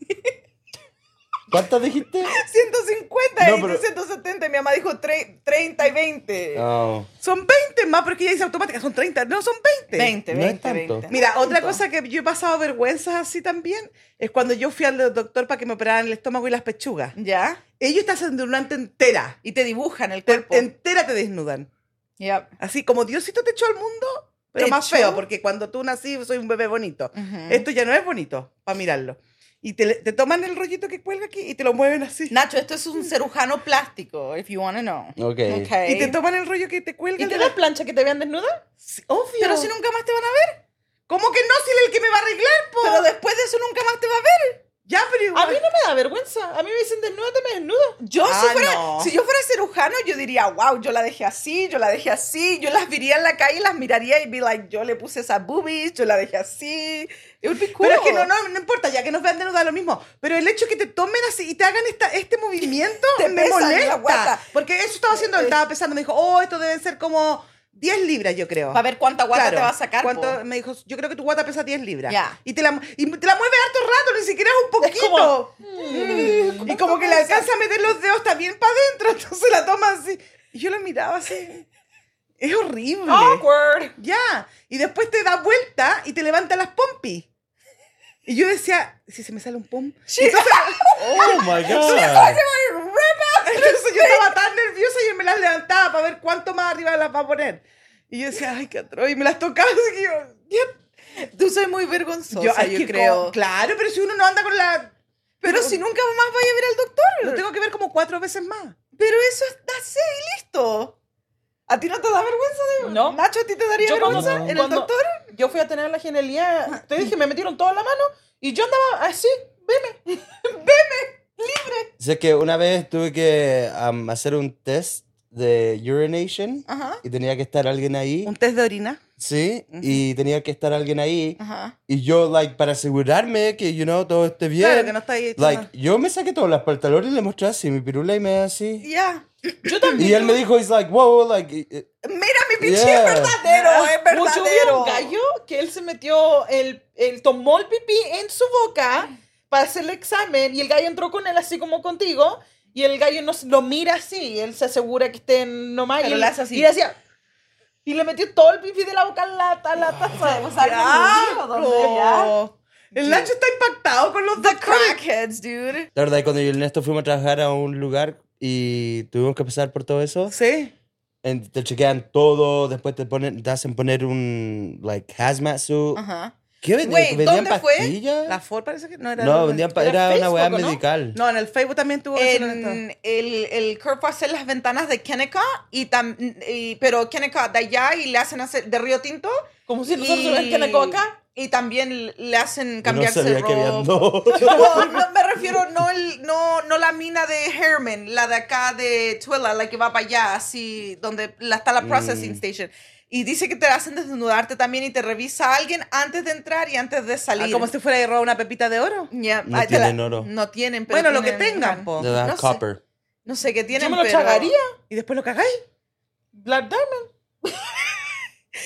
¿Cuántas dijiste? 150 No, y pero- Ah, 170 y mi mamá dijo tre- 30 y 20. No. Son 20 más, porque ella dice automática, son 30, no, son 20. 20, No es 20, tanto. 20. Mira, otra cosa que yo he pasado vergüenzas así también es cuando yo fui al doctor para que me operaran el estómago y las pechugas. ¿Ya? Ellos te hacen durante entera. Y te dibujan el Te- cuerpo. entera te desnudan. Yep. Así como Diosito te echó al mundo, pero ¿Te más echó? feo, porque cuando tú nací soy un bebé bonito. Ujú. Esto ya no es bonito para mirarlo. Y te, te toman el rollito que cuelga aquí y te lo mueven así. Nacho, esto es un cirujano plástico, if you want to know. Ok. Okay. Y te toman el rollo que te cuelga. ¿Y te de la- das plancha que te vean desnuda? Sí, Obvio. Pero si nunca más te van a ver. ¿Cómo que no? Si él es el que me va a arreglar, po. Pero después de eso nunca más te va a ver. Ya, pero A igual. mí no me da vergüenza. A mí me dicen desnuda, te me desnudo. Yo, Ah, si, fuera, no. si yo fuera cirujano, yo diría, wow, yo la dejé así, yo la dejé así. Yo las vería en la calle y las miraría y be like, yo le puse esas boobies, yo la dejé así. It would be cool. Pero es que no, no, no importa, ya que nos vean desnuda lo mismo. Pero el hecho que te tomen así y te hagan esta, este movimiento Te me pesan la molesta. guata. Eh, Porque eso estaba haciendo, él estaba pensando, me dijo, oh, esto deben ser como 10 libras, yo creo. Para ver cuánta guata Claro. te va a sacar. ¿Cuánto? po. Me dijo, yo creo que tu guata pesa 10 libras. Ya. Y, te la, y te la mueve harto rato, ni siquiera es un poquito. como, Mm. Y como que le alcanza a meter los dedos también para adentro, entonces la toma así. Y yo la miraba así. Es horrible. Ah, Awkward. Ya. Y después te da vuelta y te levanta las pompis. Y yo decía, si se me sale un pom. Entonces, Oh my god. entonces yo estaba tan nerviosa y yo me las levantaba para ver cuánto más arriba las va a poner. Y yo decía, ay, qué atroz. Y me las tocaba así que yo, ya. Tú soy muy vergonzosa, yo, ay, que creo. co- claro, pero si uno no anda con la... Pero si nunca más vaya a ver al doctor. Lo tengo que ver como cuatro veces más. Pero eso está así y listo. ¿A ti no te da vergüenza? De... No. Nacho, ¿a ti te daría Yo cuando, vergüenza en el cuando doctor? Yo fui a tener la genialidad. Te dije, me metieron toda la mano y yo andaba así, veme. Sé que una vez tuve que am, hacer un test de urination Ajá. y tenía que estar alguien ahí. Un test de orina. Sí, y tenía que estar alguien ahí. Ajá. Y yo, like, para asegurarme que, you know, todo esté bien. Claro, que no está ahí hecho Like, nada. yo me saqué todas las pantalones y le mostré así mi pirula y me así. Ya. Yo también. Y él me dijo, he's like, whoa, like, eh, eh, Mira, mi pichi Yeah. es verdadero, es Ah, Mucho hubo verdadero. un gallo que él se metió, el, el- tomó el pipí en su boca, para hacer el examen y el gallo entró con él así como contigo y el gallo no, lo mira así, él se asegura que estén nomás Pero y, le hace así. y le hacía- y le metió todo el pipi de la boca a la, a la taza. O sea, algo donde ya- El Nacho está impactado con los The crackheads, dude. La verdad, cuando yo y Ernesto fuimos a trabajar a un lugar y tuvimos que pasar por todo eso, Sí. en- te chequean todo, después te ponen, te hacen poner un, like, hazmat suit. Ajá. ¿Qué vendían? Wait, ¿Vendían ¿dónde fue? pastillas? La Ford parece que no era. No, vendían pa- era era, una Facebook, weá ¿no? medical. No, en el Facebook también tuvo eso, no está. En el, el Kurt fue a hacer las ventanas de Kennecott, y tam, y- pero Kennecott de allá y le hacen hacer de Río Tinto. Como si nosotros y, tuvieran que la coca. y también le hacen Yo no cambiarse sabía que había ropa. dos. No, no, me refiero no, el- no, no la mina de Herman, la de acá de Twila, la que va para allá, así, donde la, está Mm. la processing station. Y dice que te hacen desnudarte también y te revisa alguien antes de entrar y antes de Ah, salir. como si fuera a robar una pepita de oro. Yeah, No ah, te la- tienen oro. No tienen, pero Bueno, lo que tienen- tengan, po. Le dan no sé. copper. No sé qué tienen, Yo me lo pero- chagaría. Y después lo cagáis. Black Diamond.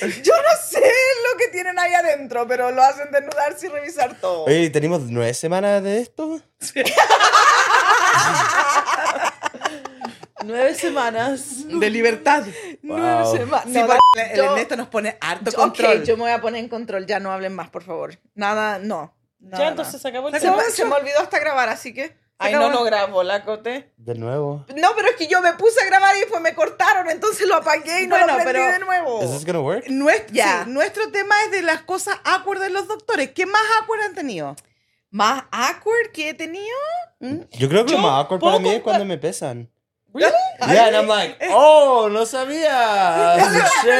Yo no sé lo que tienen ahí adentro, pero lo hacen desnudarse y revisar todo. Oye, ¿tenemos nueve semanas de esto? Nueve semanas. De libertad. No, Wow. sé más. Sí, No, porque da- el- yo- el Ernesto nos pone harto yo- ok, control. yo me voy a poner en control. Ya no hablen más, por favor. Nada, no. Nada, ya, entonces se acabó el nada. Se, me, tema. se me olvidó hasta grabar, así que. se Ay, acabó. no, no grabó la cote. De nuevo. No, pero es que yo me puse a grabar y después me cortaron, entonces lo apagué y no Bueno, lo prendí pero- de nuevo. ¿Is this gonna work? Nuestro, Ya. sí, nuestro tema es de las cosas awkward de los doctores. ¿Qué más awkward han tenido? Más awkward que he tenido. Yo creo que Yo lo más awkward puedo para mí es contar- cuando me pesan. ¿Really? Yeah, and I'm like, oh, no sabía. Shit.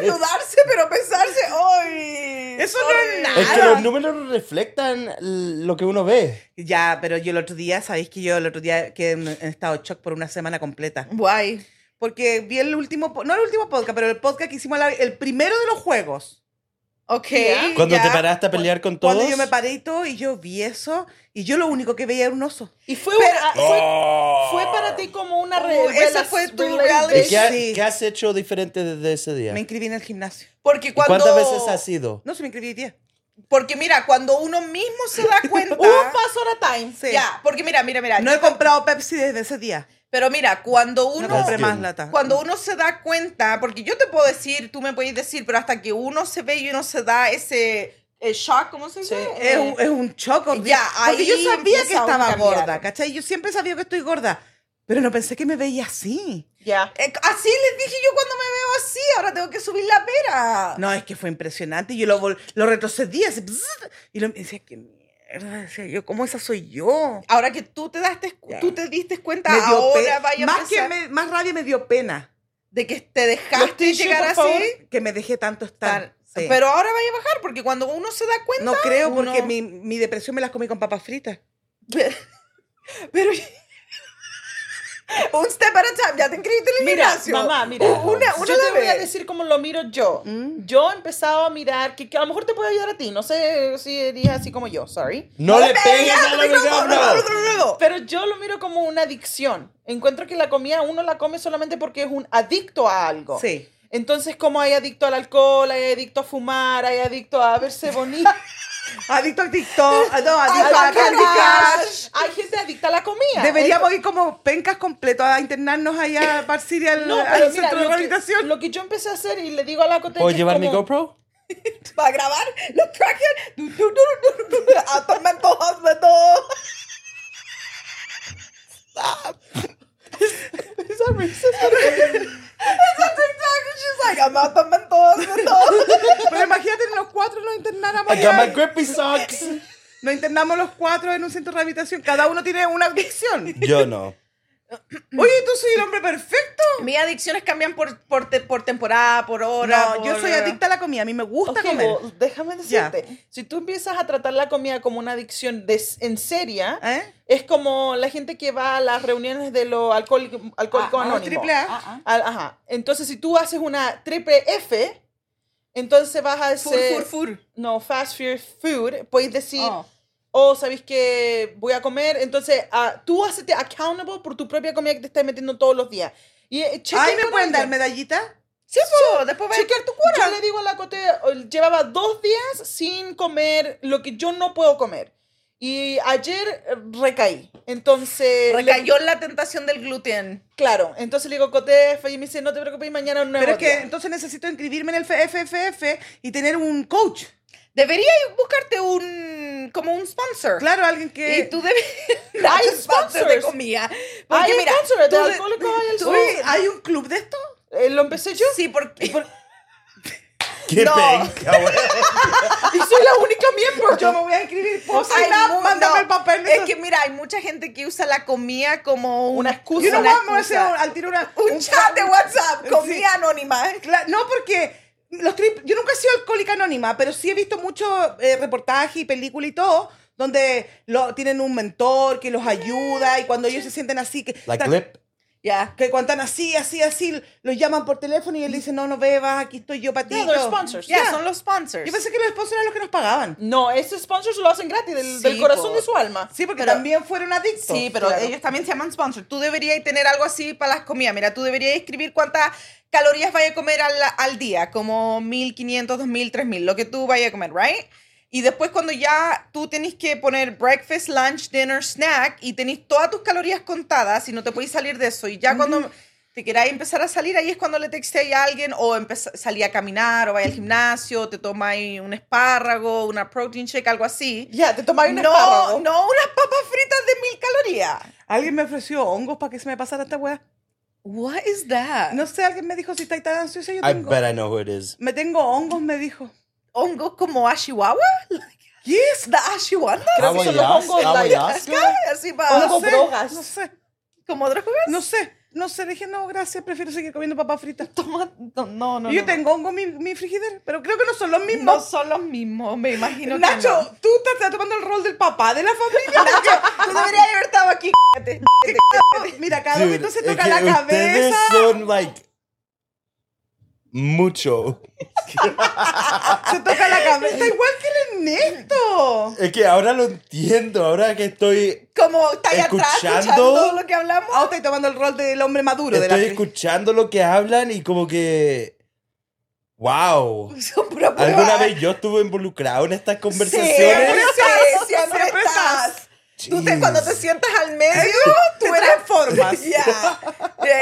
Desnudarse, pero pensarse, ¡ay! Eso no es sorry". nada. Es que los números reflectan lo que uno ve. Ya, pero yo el otro día, sabéis que yo el otro día quedé en, en estado de shock por una semana completa. Guay. Porque vi el último, po- no el último podcast, pero el podcast que hicimos, la- el primero de los juegos. Ok. Ya. Cuando ya. te paraste a pelear con todos. Cuando yo me paré y todo, y yo vi eso, y yo lo único que veía era un oso. Y fue, una- fue, Oh. fue para ti como una Oh, re, esa fue tu reality. ¿Y qué, ha- Sí. qué has hecho diferente desde ese día? Me inscribí en el gimnasio. Porque ¿Y cuando. ¿Cuántas veces has ido? No, se me inscribí 10. Porque mira, cuando uno mismo se da cuenta. Un paso a la time. Sí. Ya, porque mira, mira, mira. No he comprado Pepsi desde ese día. Pero mira, cuando uno. No compré That's más good. lata. Cuando uno se da cuenta, porque yo te puedo decir, tú me puedes decir, pero hasta que uno se ve y uno se da ese eh, shock, ¿cómo se dice? Eh, es un, es un shock. horrible. Ya, Porque yo ahí sabía que empieza a estaba cambiar. gorda, ¿cachai? Yo siempre sabía que estoy gorda, pero no pensé que me veía así. Ya. Eh, así les dije yo cuando me veo así, ahora tengo que subir la pera. No, es que fue impresionante. Yo lo, vol- lo retrocedí así, bzzz, y lo, y decía, qué mierda, decía yo, ¿cómo esa soy yo? Ahora que tú te daste, cu- Ya. tú te diste cuenta, Me dio ahora pe- vaya a más, que pensar me- más rabia me dio pena de que te Los dejaste tissues, llegar por así. favor. que me dejé tanto estar. Tan- Sí. Pero ahora vaya a bajar, porque cuando uno se da cuenta. no creo porque uno- mi, mi depresión me las comí con papas fritas. Pero. un step at a time, ya te inscribiste en el Mira, gimnasio. mamá, mira. U- Una, una yo a la te voy a vez. decir cómo lo miro yo. Mm. Yo he empezado a mirar, que, que a lo mejor te puede ayudar a ti. No sé si eres así como yo, sorry. ¡No le pegues Ya, al micrófono! Pero yo lo miro como una adicción. Encuentro que la comida uno la come solamente porque es un adicto a algo. Sí. Entonces, como hay adicto al alcohol, hay adicto a fumar, hay adicto a verse bonito. Adicto a TikTok, ah, no, hay, adicto a Candy Crush. hay gente adicta a la comida. Deberíamos ir como pencas completo a internarnos allá a Parciri al, No, al pero mira, centro de lo, que, rehabilitación. lo que yo empecé a hacer y le digo a la coteca. ¿Puedo es llevar mi como- GoPro? Para grabar los crackers. Du, du, du, du, du, du, du, A Tormento Hospital. Is that racist? She's like, I'm at Tormento Hospital. Pero imagínate, los cuatro nos internáramos. I got allá. my grippy socks. Nos internamos los cuatro en un centro de rehabilitación. Cada uno tiene una adicción. Yo no. Oye, tú soy el hombre perfecto. Mis adicciones cambian por, por, te- por temporada, por hora. No, yo por- soy adicta a la comida. A mí me gusta Ok, comer. Bo, déjame decirte, si tú empiezas a tratar la comida como una adicción des- en seria, ¿Eh? es como la gente que va a las reuniones de los alcohólicos alcohólico Ah, ah, anónimos. triple A. Al- ajá. Entonces, si tú haces una triple F, entonces vas a Fur, hacer... fur, fur. No, fast food, food. Puedes decir, Oh. oh, ¿sabéis que voy a comer? Entonces, ah, tú hacete accountable por tu propia comida que te estás metiendo todos los días. Y eh, chequea Ay, ¿me con pueden dar alguien. medallita? Sí, po, después va Chequear tu cura. Yo le digo a la Cote, eh, llevaba dos días sin comer lo que yo no puedo comer. Y ayer eh, recaí. Entonces. le- Recayó en la tentación del gluten. claro. Entonces le digo, Cote, y me dice, no te preocupes, mañana un nuevo Pero es que día". entonces necesito inscribirme en el FFF y tener un coach. Debería buscarte un. como un sponsor. Claro, alguien que. Y tú debes. Hay de sponsors. comida. Hay Porque mira, sponsors de tú de- Alcohólicos hay el Tú- Sur. ¿Hay un club de esto? Eh, Lo empecé yo. Sí, porque. ¡Qué No. penca, güey! Ah, Y soy la única miembro. Yo me voy a inscribir. por Ay, no, mándame no. el papel. Es que mira, hay mucha gente que usa la comida como Una excusa. yo no una me voy a hacer excusa. al tiro una- un, chat de WhatsApp, Sí. comida anónima. Cla- no, porque los trip- yo nunca he sido alcohólica anónima, pero sí he visto muchos reportajes y películas y todo, donde lo, tienen un mentor que los ayuda y cuando ellos se sienten así, que, La tan- clip. Ya. que cuando están así, así, así, los llaman por teléfono y él dice, no, no bebas, aquí estoy yo para ti. Yeah, they're yo". sponsors. Ya, Yeah. son los sponsors. Yo pensé que los sponsors eran los que nos pagaban. No, esos sponsors lo hacen gratis, del, Sí, del corazón po. de su alma. Sí, porque Pero- también fueron adictos. Sí, pero Claro. ellos también se llaman sponsor. Tú deberías tener algo así para las comidas. Mira, tú deberías escribir cuántas calorías vaya a comer al, al día, como 1500, 2000, 3000, lo que tú vayas a comer, ¿right? Y después cuando ya tú tenés que poner breakfast, lunch, dinner, snack y tenés todas tus calorías contadas y no te podés salir de eso. Y ya cuando te queráis empezar a salir, ahí es cuando le textéis a alguien o empeza- salí a caminar o vaya al gimnasio, te tomáis un espárrago, una protein shake, algo así. Ya, te tomáis un No, espárrago. no unas papas fritas de mil calorías. Alguien me ofreció hongos para que se me pasara esta weá. What is that? No sé, alguien me dijo, si estáis tan ansiosa, yo I tengo... bet I know who it is. Me tengo hongos, me dijo. ¿Hongos como ashiwawa? ¿Qué es? ¿The ashiwanda? Creo que son los Hawaiianas, hongos, like- Hawaiianas. Así para... Hongos. sé, drogas. No sé. ¿Como drogas? No sé, no sé, dije, no, gracias, prefiero seguir comiendo papas fritas. Toma... No, no, no. yo no. tengo hongo en mi, mi frigider, pero creo que no son los No mismos. son los mismos, me imagino Nacho, que no. tú te estás tomando el rol del papá de la familia. Nacho, tú deberías haber estado aquí. Mira, cada Dude, momento se es toca que la Ustedes cabeza. son, like, mucho. Se toca la cabeza igual que el Ernesto. Es que ahora lo entiendo, ahora que estoy... Como está ahí atrás, Escuchando. escuchando todo lo que hablamos. Ahora Ah, estoy tomando el rol del hombre maduro de la Estoy familia. escuchando lo que hablan y como que... ¡Wow! Son pura prueba. ¿Alguna vez yo estuve involucrado en estas Siempre, conversaciones? estás, siempre Siempre estás. Tú te, cuando te sientas al medio, tú te eres transformas. Ya.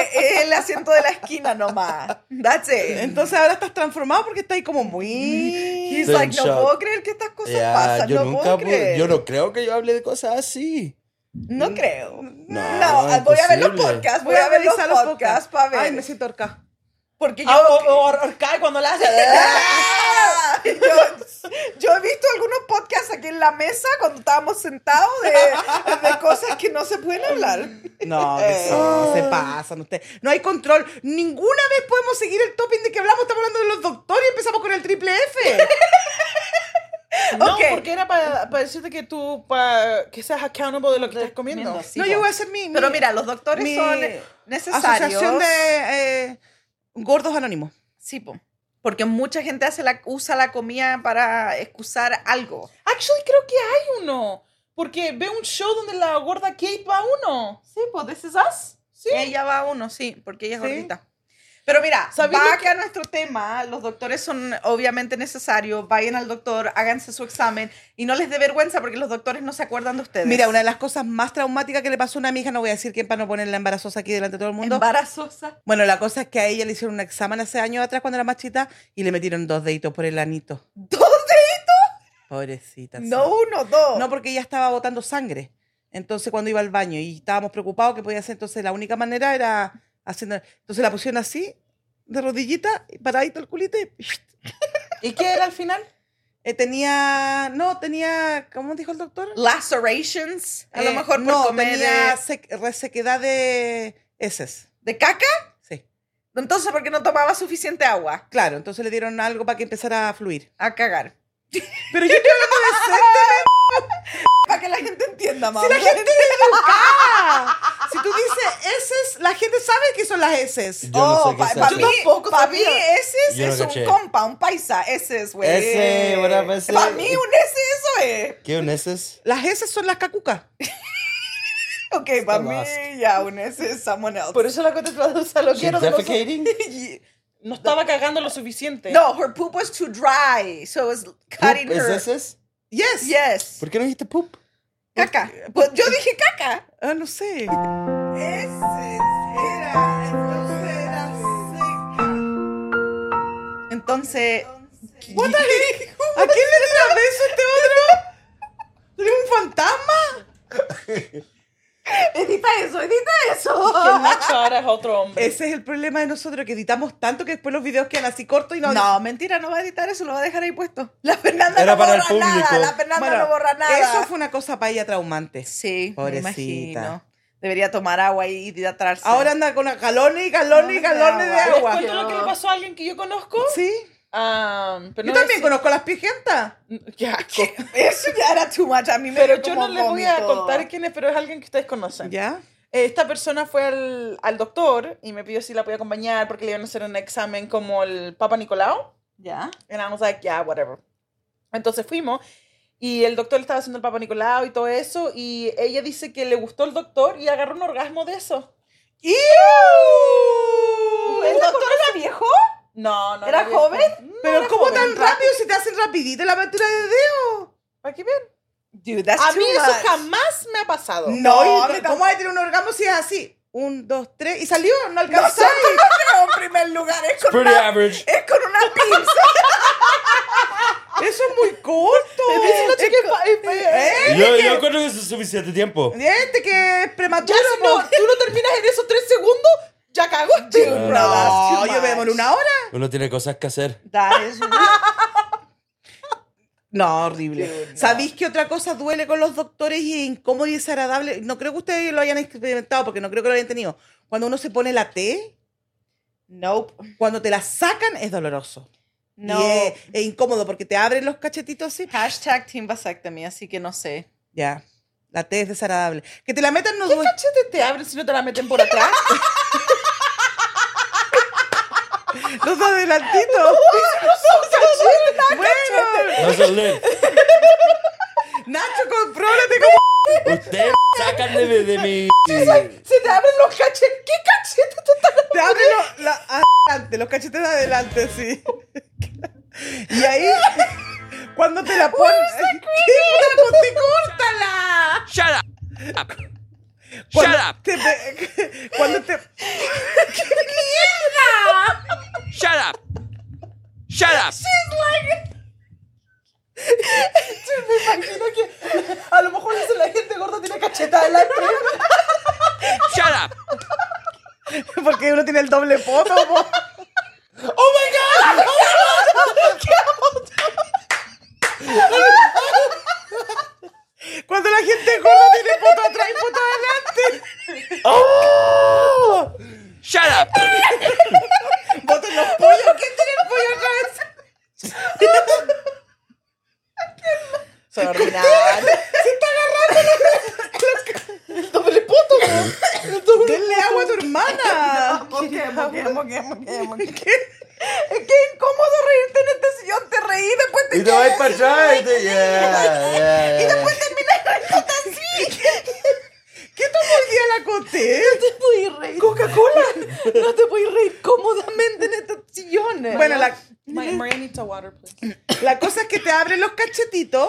Eh, Es el asiento de la esquina nomás. That's it. Entonces ahora estás transformado porque estás ahí como muy... He's Estoy like, en no shock. puedo creer que estas cosas Ya, pasan. yo no nunca puedo pu- creer. yo no creo que yo hable de cosas así. No creo. ah, No, voy a ver los imposible. podcasts. Voy, a ver los podcasts, para ver. Ay, me siento horca. Porque yo, Ah, o, o, o- cae cuando la hace. Ah, yo, yo he visto algunos podcasts aquí en la mesa cuando estábamos sentados de, de cosas que no se pueden hablar. No, que son, Eh. se pasan ustedes. No hay control. Ninguna vez podemos seguir el topping de que hablamos. Estamos hablando de los doctores y empezamos con el triple F. No, Ok. porque era para, para decirte que tú, pa- que seas accountable de lo que estás comiendo. Sí, no, po. yo voy a hacer mi. mi- Pero mira, los doctores mi son necesarios. Asociación de eh, Gordos Anónimos. Sí, po. Porque mucha gente hace la, usa la comida para excusar algo. Actually, creo que hay uno. Porque ve un show donde la gorda Kate va a uno. Sí, pues this is us. Sí. Ella va a uno, sí, porque ella es Sí. gordita. Pero mira, ¿Sabéis va lo acá nuestro tema. Los doctores son obviamente necesarios. Vayan al doctor, háganse su examen y no les dé vergüenza porque los doctores no se acuerdan de ustedes. Mira, una de las cosas más traumáticas que le pasó a una amiga, no voy a decir quién para no ponerla embarazosa aquí delante de todo el mundo. embarazosa. bueno, la cosa es que a ella le hicieron un examen hace años atrás cuando era más chita y le metieron dos deditos por el anito. ¿Dos deditos? Pobrecita. sí. No uno, dos. No, porque ella estaba botando sangre. Entonces, cuando iba al baño y estábamos preocupados que podía hacer, entonces la única manera era haciendo. Entonces la pusieron así, de rodillita, y paradito el culito. y ¿Y qué era al final? Eh, tenía. No, tenía. ¿Cómo dijo el doctor? Lacerations. A lo Eh, mejor por no, comer eh, tenía de, sec- resequedad de heces. de caca. Sí. Entonces, porque no tomaba suficiente agua? Claro, entonces le dieron algo para que empezara a fluir. A cagar. Pero yo estoy hablando de sexo. Para que la gente entienda, mamá. la gente es educada. Si tú dices heces, la gente sabe que son las heces. Yo no sé qué pa- es pa' eso. mí, Para mí, ese es, Yo no es un caché. compa, un paisa. Ese es, güey. Ese, buena paisa. Para mí, un ese, eso es. ¿Qué uneses? Las heces son las cacucas. Ok, para mí, lost. ya, un ese es someone else. Por eso la cosa traduce lo She's quiero de los- defecating? No estaba cagando lo suficiente. no, her poop was too dry, so it was Poop, cutting ¿Es her. heces? Yes. Yes. ¿Por qué no dijiste poop? Caca. Pues yo dije caca. Ah, no sé. Es, era, entonces era seca. Entonces. What the heck? ¿A quién le dio la beso este otro? ¿Eres un fantasma? Edita eso, edita eso. Que el Nacho ahora es otro hombre. Ese es el problema de nosotros, que editamos tanto que después los videos quedan así cortos y no... No, mentira, no va a editar eso, lo va a dejar ahí puesto. La Fernanda Era no para el borra nada, público. la Fernanda Bueno, no borra nada. Eso fue una cosa para ella traumante. Sí, Pobrecita. me imagino. Debería tomar agua y hidratarse. Ahora anda con galones y galones y No, de galones de agua. ¿Les agua. cuento lo que le pasó a alguien que yo conozco? Sí. Ah, pero Yo no también decir- conozco a las pijentas. Qué asco. Eso ya era too much. A mí me Pero dio yo como no les voy a vómito. contar quién es, pero es alguien que ustedes conocen. ¿Ya? Esta persona fue al, al doctor y me pidió si la podía acompañar porque le iban a hacer un examen como el Papa Nicolau. ¿Ya? And I was like, yeah, whatever. Entonces fuimos y el doctor le estaba haciendo el Papa Nicolau y todo eso. Y ella dice que le gustó el doctor y agarró un orgasmo de eso. ¿El doctor era viejo? No, no. ¿Era no, joven? no Pero era ¿cómo joven. tan rápido se te hace rapidito la apertura de dedo? ¿Para qué ver? Dude, that's A too mí eso much. jamás me ha pasado. No, a mí ¿y ¿cómo vas a tener un orgasmo si es así? Un, dos, tres, y salió, no alcanzó. Pero en primer lugar es con, Pretty una, average. es con una pinza. Eso es muy corto. Dice que pa- eh, eh, ¿Eh? Yo, yo encuentro que eso es suficiente tiempo. Este que es Ya prematuro. pues. si po. no, tú no terminas en esos tres segundos, ya cagaste. Dude, bro, that's No, too yo me much. demoro una hora. Uno tiene cosas que hacer. That is No, horrible. ¿Sabéis qué otra cosa duele con los doctores y es incómodo y desagradable? No creo que ustedes lo hayan experimentado porque no creo que lo hayan tenido. Cuando uno se pone la T, Nope. cuando te la sacan es doloroso. No. Y es, es incómodo porque te abren los cachetitos así. Hashtag team vasectomy, así que no sé. Ya. La T es desagradable. Que te la metan no duele. Cachete te abren si no te la meten por atrás. Los adelantitos. bueno, No se leen. Nacho, contrólate como. Ustedes sacan de, de mi. Se te abren los cachetes. ¿Qué cachete te están Te abren los, la- adelante, los cachetes de adelante, sí. Y ahí, cuando te la ponen. ¡Qué puta contigo! ¡Córtala! Cuando te pe- cuando te. Shut up! Shut up! imagino que a lo mejor dice la gente gorda tiene cacheta adelante. Shut up! Porque uno tiene el doble poto. po. Cuando la gente gorda tiene poto atrás y poto adelante. Shut up! Boten los pollos. ¿Quién tiene el pollo otra vez? Son ordinarios. Denle agua a tu hermana. Es que es incómodo reírte en este sillón. Te reí, después te Y te vas para atrás. Y te- ya, ya, ya. ¿Qué tomó el día la coté? te puedes reír. Coca-Cola. No te puedes reír cómodamente en estos sillones. Bueno, la, My, Maria needs a water, please. la cosa es que te abren los cachetitos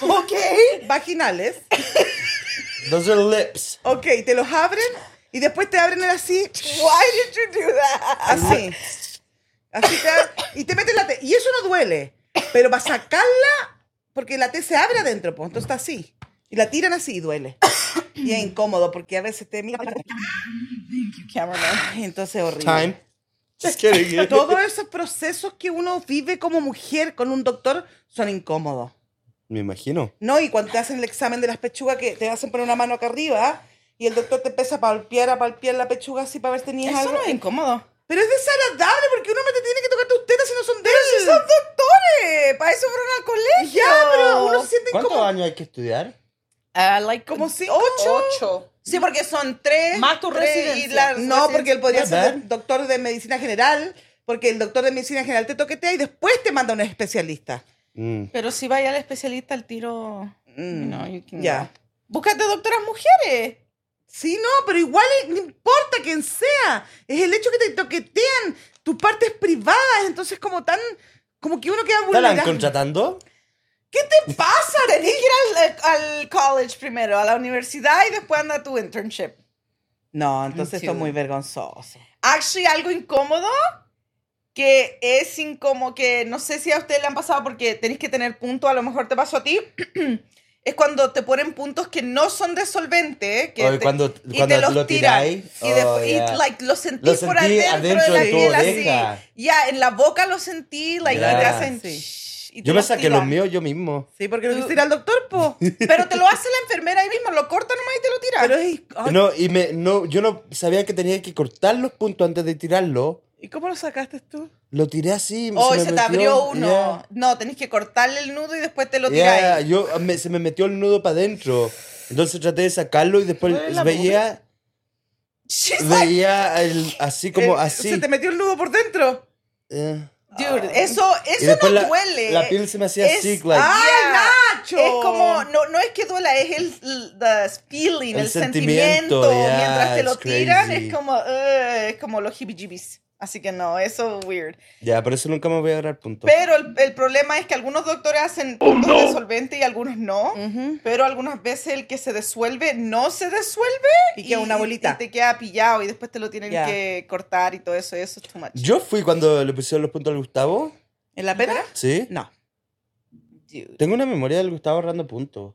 ok. vaginales. Those are lips. Ok, te los abren y después te abren el así. Why did you do that? Así. Así te ab- Y te meten la T. Y eso no duele. Pero para sacarla, porque la T se abre adentro, pues entonces está así. Y la tiran así y duele. Y es incómodo porque a veces te mira. Ay, Entonces es horrible. Time. Just kidding. Todos esos procesos que uno vive como mujer con un doctor son incómodos. Me imagino. No, y cuando te hacen el examen de las pechugas, que te hacen poner una mano acá arriba y el doctor te empieza a palpear, a palpear la pechuga así para ver si tenías Eso algo. no es incómodo. Pero es desagradable porque un hombre te tiene que tocar tus tetas si no son de él. Son doctores. Para eso fueron al colegio. Ya, pero uno se siente ¿Cuántos incómodo. años hay que estudiar? Ah, like Como como si ocho. Ocho. Sí, porque son tres. Más tu tres residencia. No, porque él podría Not ser bad. doc- doctor de medicina general, porque el doctor de medicina general te toquetea y después te manda a un especialista. Mm. Pero si vaya al especialista al tiro. Mm, No, you can Ya. go. Búscate doctoras mujeres. Sí, no, pero igual es- no importa quién sea. Es el hecho que te toquetean tus partes privadas, entonces como tan... Como que uno queda ¿Te la han vulnerable. contratando? ¿Qué te pasa? Tenés que ir al, eh, al college primero, a la universidad y después anda a tu internship. No, entonces esto es Sí. muy vergonzoso. actually algo incómodo que es incómodo, que no sé si a ustedes le han pasado porque tenéis que tener puntos, a lo mejor te pasó a ti, es cuando te ponen puntos que no son de solvente, eh, que Oy, te- cuando- y cuando te los lo tiran, tiráis, y, después- oh, y, yeah. like, lo sentí Lo por sentí adentro, adentro de la de tu piel oreja. así, ya, en la boca lo sentí, like, y te Yeah. hacen... Sí. shh, y te Yo me saqué tiran. los míos yo mismo. Sí, porque no quisiera ir al doctor, po. Pero te lo hace la enfermera ahí mismo, lo corta nomás y te lo tira. Pero es. ay, No, y me, no, yo no sabía que tenía que cortar los puntos antes de tirarlo. ¿Y cómo lo sacaste tú? Lo tiré así. Oh, y me se, te metió. abrió uno. Yeah. No, tenés que cortarle el nudo y después te lo Yeah, tiráis. yo, ah, me- se me metió el nudo para adentro. Entonces traté de sacarlo y después veía, She's like, veía el- así como Eh, así. Se te metió el nudo por dentro. Eh. Dude, eso, eso Y no después la, duele. la piel se me hacía Es- así, like, ¡Ah! ¡Ay, Nacho! Es como, no, no es que duela, es el, the feeling, el, El sentimiento. sentimiento, yeah, Mientras te lo it's tiran, crazy. es como, "Ugh", es como los jibijibis. Así que no, eso weird. Ya, por eso nunca me voy a agarrar puntos. Pero el, el problema es que algunos doctores hacen puntos de solvente y algunos no. Mm. Pero algunas veces el que se disuelve no se disuelve. Y queda una bolita. y te queda pillado y después te lo tienen Yeah. que cortar y todo eso. Eso es too much. Yo fui cuando le pusieron los puntos al Gustavo. ¿En la pera? Sí. No. Tengo una memoria del Gustavo ahorrando puntos.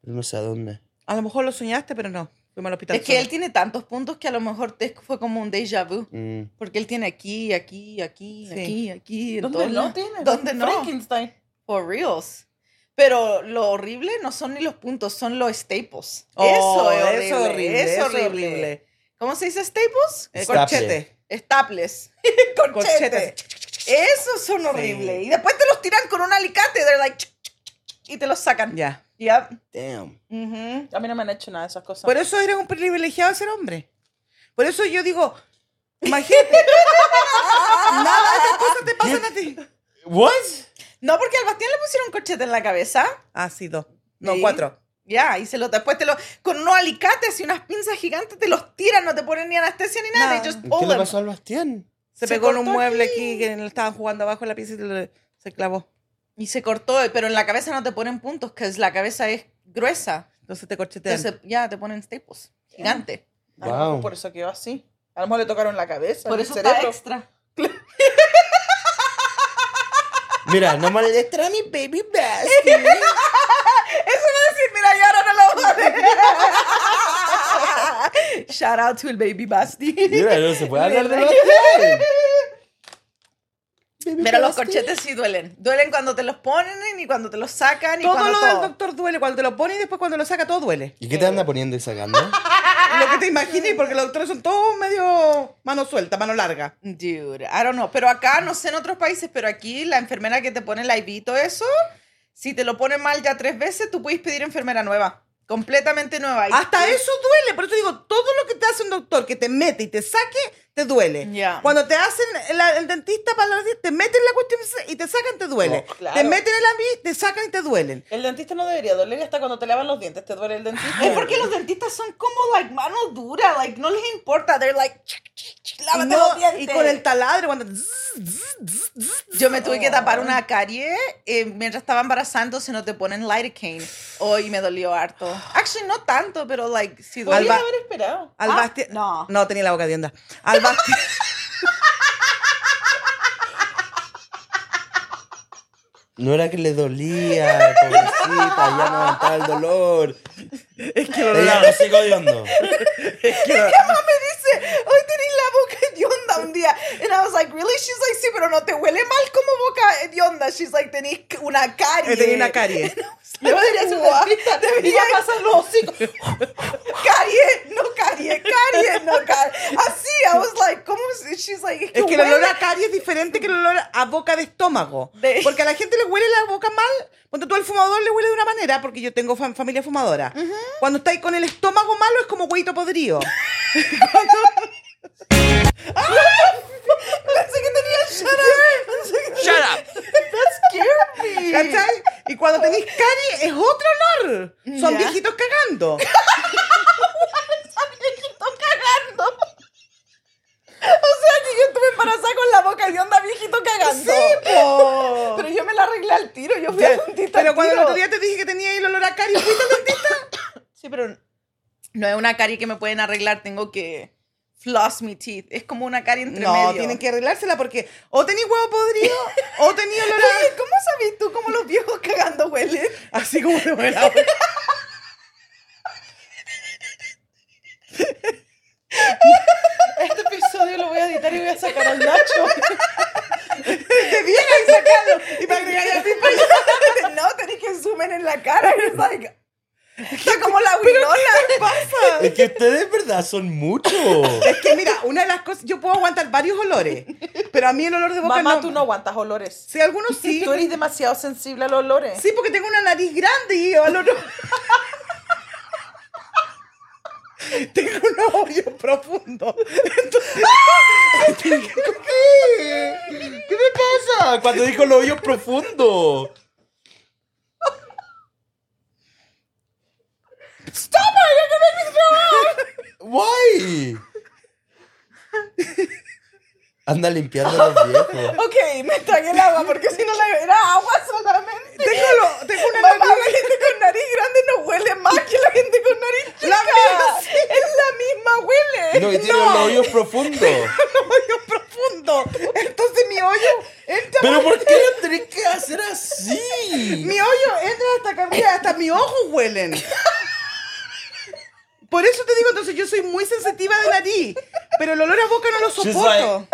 Pero No sé a dónde. A lo mejor lo soñaste, pero no. Fuimos al hospital. Es que él solo. tiene tantos puntos que a lo mejor te fue como un déjà vu. Mm. Porque él tiene aquí, aquí, aquí, Sí. aquí, aquí. en ¿Dónde todos no lados. tiene? ¿Dónde no? Frankenstein. For reals. Pero lo horrible no son ni los puntos, son los staples. Oh, eso eso es horrible. es horrible. es eso es horrible. horrible. ¿Cómo se dice staples? Eh, Staple. Corchete. Staples. Corchete. Corchete. Esos son horribles. Y después te los tiran con un alicate. They're like, chuc, chuc, chuc, chuc, y te los sacan. Ya. Yep. Damn. Mhm. A mí no me han hecho nada de esas cosas. Por eso era un privilegiado ser hombre. Por eso yo digo, imagínate. nada de estas cosas te pasan a ti. What? No, porque al Bastián le pusieron corchete en la cabeza. Ah, sí, dos. No, Sí. cuatro. Ya, y se lo, después te lo, con unos alicates y unas pinzas gigantes te los tiran, no te ponen ni anestesia ni nada. Nada. They just ¿Qué pull le them. pasó al Bastián? Se, Se pegó en un cortó mueble aquí. aquí que lo estaban jugando abajo en la pieza y le- se clavó. Y se cortó, pero en la cabeza no te ponen puntos, que es- la cabeza es gruesa. Entonces te corchetean. Entonces ya te ponen staples. Gigante. A lo mejor Wow. Por eso quedó así. A lo mejor le tocaron la cabeza. Por el eso está cerebro. extra. Mira, no molestar a mi baby Basti. Mira, y ahora no lo voy Shout out to el baby Basti. Mira, no se puede hablar de Mira. Bastián. Pero los corchetes sí duelen. Duelen cuando te los ponen y cuando te los sacan y todo cuando lo del todo. doctor duele. Cuando te lo pone y después cuando lo saca, todo duele. ¿Y qué te anda poniendo y sacando? Ah, Lo que te imagines, porque los doctores son todos medio mano suelta, mano larga. Dude, I don't know. Pero acá, no sé en otros países, pero aquí la enfermera que te pone el IV y todo eso, si te lo pone mal ya tres veces, tú puedes pedir enfermera nueva. Completamente nueva. Y- Hasta eso duele. Por eso digo, todo lo que te hace un doctor que te mete y te saque, te duele. Ya. Cuando te hacen la- el dentista para la te meten la cuestión y se- y te sacan, te duele. Oh, claro. Te meten el AMI, te sacan y te duelen. El dentista no debería doler hasta cuando te lavan los dientes. Te duele el dentista. Es porque los dentistas son como, like, mano dura, like, no les importa. They're like, "Ch, ch, ch, Y, lávate no- los dientes". y con el Oh. taladro, cuando. zzz, zzz, zzz, zzz. Yo me tuve que tapar una carie eh, mientras estaba embarazando, si no te ponen lidocaine. Hoy me dolió harto. Actually, no tanto, pero, like, sí Podría dolió. Alba- haber esperado. Al Ah, Basti- no. No, tenía la boca de onda. Al Basti- No era que le dolía, pobrecita, ya no aguantaba el dolor. es que lo Ella no sigo odiando. me dice, hoy tenés la boca hedionda un día. And I was like, really? She's like, sí, pero no te huele mal como boca hedionda. She's like, tenés una carie. Eh, tenía una carie. Debería ser Guau. dentista. Iba Debería a pasar los hocicos. carie, no carie, carie, no carie. Así, I was like, ¿cómo? se- She's like, Es que el huele. olor a caries es diferente que el olor a boca de estómago. De- Porque a la gente le huele la boca mal. Cuando tú al fumador le huele de una manera, porque yo tengo fam- familia fumadora. Cuando está ahí con el estómago malo es como hueito podrido. Pensé que tenía shut up. Pensé que tenía- Shut up! That scared me. ¿Cachai? Y cuando tenés caries es otro olor. Son Ya. viejitos cagando. Están cagando. O sea, que yo estuve embarazada con la boca y onda viejito cagando. Sí, po. Pero yo me la arreglé al tiro, yo fui al dentista. Pero al cuando el tiro. otro día te dije que tenía el olor a caries, ¿fuiste al dentista? Sí, pero no es una carie que me pueden arreglar. Tengo que floss mi teeth. Es como una carie entre No, medio. tienen que arreglársela porque o tenía huevo podrido o tenía olor Oye, ¿Cómo sabes tú cómo los viejos cagando huelen? a... Así como te huele a huevo. Este episodio lo voy a editar y voy a sacar al Nacho. Te viene ahí sacado. Y para agregar la pipa no, tenés que zoomen en la cara. Y es like, está como la winona. ¿Qué pasa? Es que ustedes, verdad, son muchos. Es que mira, una de las cosas, yo puedo aguantar varios olores, pero a mí el olor de boca Mamá, no. tú no aguantas olores. Sí, algunos sí. Tú eres demasiado sensible a los olores. Sí, porque tengo una nariz grande y al otro. tengo un hoyo profundo. ¿Qué? ¿Qué me pasa? Cuando dijo los hoyos profundos. Stop it! You're gonna make me throw up! Why? Anda limpiando a los viejos. Ok, me tragué el agua porque si no la era agua solamente. Tengo, lo- tengo una Mamá, nariz. la gente con nariz grande no huele más que la gente con nariz chica. es la misma huele. No, y tiene los hoyos profundos. hoyo profundo. Entonces mi hoyo entra. ¿Pero por qué lo tenés que hacer así? Mi hoyo entra hasta acá arriba, hasta mis ojos huelen. Por eso te digo, entonces yo soy muy sensitiva de nariz, pero el olor a boca no lo She's soporto.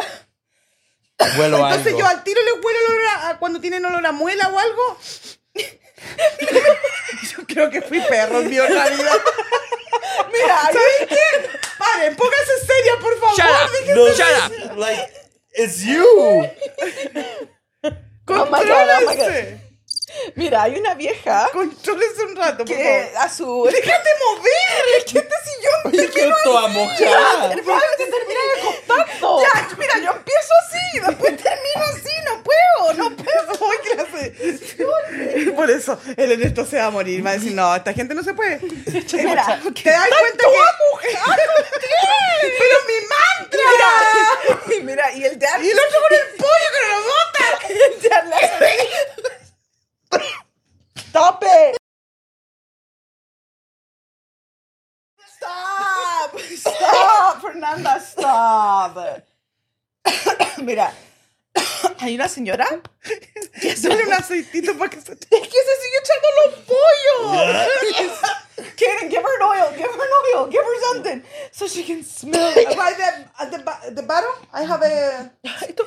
Huelo Entonces algo. yo al tiro les huelo el olor a, a cuando tienen olor a muela o algo. yo creo que fui perro en mi otra vida. Mira, ¿saben qué? Paren, pónganse serias, por favor. Shut up. Dejen- No, Shut Like, it's you. Oh my God, oh my God. Contrólense. Mira, hay una vieja Contrólense un rato, por que favor. a su. ¡Déjate mover! ¡Déjate si yo Oye, que toda mojada. te termina de contacto! Ya, mira, yo empiezo así, después termino así, no puedo, no puedo. Ay, clase. Por eso, el Ernesto se va a morir, va a decir, no, esta gente no se puede. Mira, ¿Te das cuenta que... ¡Pero mi mantra! y mira, y el dad. Y el otro con el pollo que no lo bota. el dad le hace- ¡Stop it! Stop! Stop, Fernanda, stop. mira, Hay una señora Que sale un aceitito para que se... es que se sigue echando los pollos. Kaden, give her an oil. Give her an oil. Give her something so she can smell it. By the, at the, ba- the bottom, I have a... Esto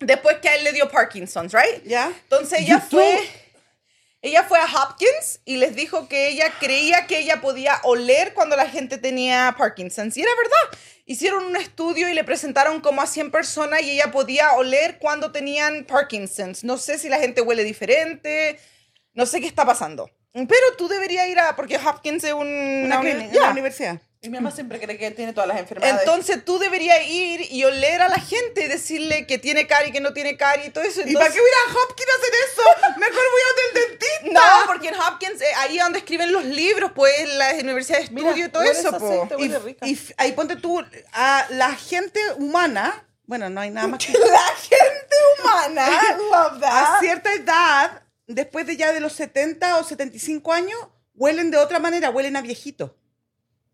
después que a él le dio Parkinson's, ¿right? Ya. Entonces ella fue, ella fue a Hopkins y les dijo que ella creía que ella podía oler cuando la gente tenía Parkinson's. Y era verdad. Hicieron un estudio y le presentaron como a 100 personas y ella podía oler cuando tenían Parkinson's. No sé si la gente huele diferente, no sé qué está pasando. Pero tú deberías ir a, porque Hopkins es un... clínica, Ya. una universidad. Y mi mamá siempre cree que tiene todas las enfermedades. Entonces tú deberías ir y oler a la gente y decirle que tiene cari, que no tiene cari y todo eso. ¿Y para Entonces- qué voy a ir a Hopkins a hacer eso? Mejor voy a del dentista. No, porque en Hopkins, eh, ahí es donde escriben los libros, pues, en la universidad de Mira, estudio y todo huele eso, ese po. aceite, Y, huele rica. y f- ahí ponte tú a la gente humana, bueno, no hay nada más que la gente humana, love a that. cierta edad, después de ya de los 70 o 75 años, huelen de otra manera, huelen a viejito.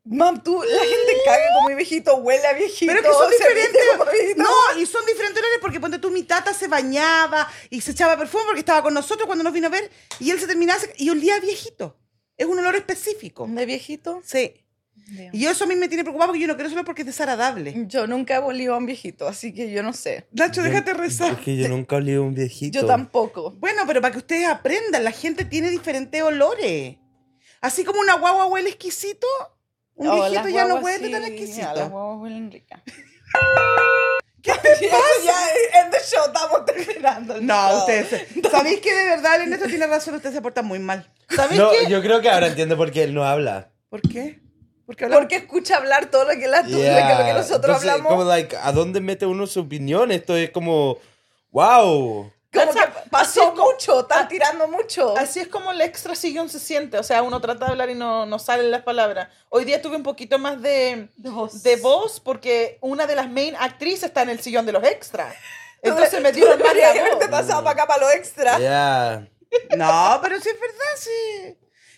Mam, tú, Mm. la gente caga como mi viejito, huele a viejito. Pero que son se viste diferentes. como viejito. No, y son diferentes olores porque ponte tú, mi tata se bañaba y se echaba perfume porque estaba con nosotros cuando nos vino a ver y él se terminaba sec- y olía a viejito. Es un olor específico. ¿De viejito? Sí. Y eso a mí me tiene preocupado porque yo no quiero solo porque es desagradable. Yo nunca he olido a un viejito, así que yo no sé. Nacho, déjate rezar. Es que yo nunca olí a un viejito. Yo tampoco. Bueno, pero para que ustedes aprendan, la gente tiene diferentes olores. Así como una guagua huele exquisito, un Oh, viejito las ya no guaguas huele sí, tan a las exquisito. guaguas huelen rica. ¿Qué te pasa? Ya, en the show, estamos terminando. el No, show. ustedes. ¿Sabéis que de verdad el Ernesto tiene razón? Ustedes se portan muy mal. ¿Sabes No, qué? yo creo que ahora entiendo por qué él no habla. ¿Por qué? Porque hablan- Porque escucha hablar todo lo que, la, Yeah. lo que nosotros Entonces, hablamos. Como, like, ¿a dónde mete uno su opinión? Esto es como, wow. Como Cacha, que pasó mucho, están ah, tirando mucho. Así es como el extra sillón se siente. O sea, uno trata de hablar y no, no salen las palabras. Hoy día tuve un poquito más de, de voz porque una de las main actrices está en el sillón de los extras. Entonces me dio Tú más deberías la haberte voz. pasado para acá para lo extra. Yeah. No, pero sí es verdad, sí.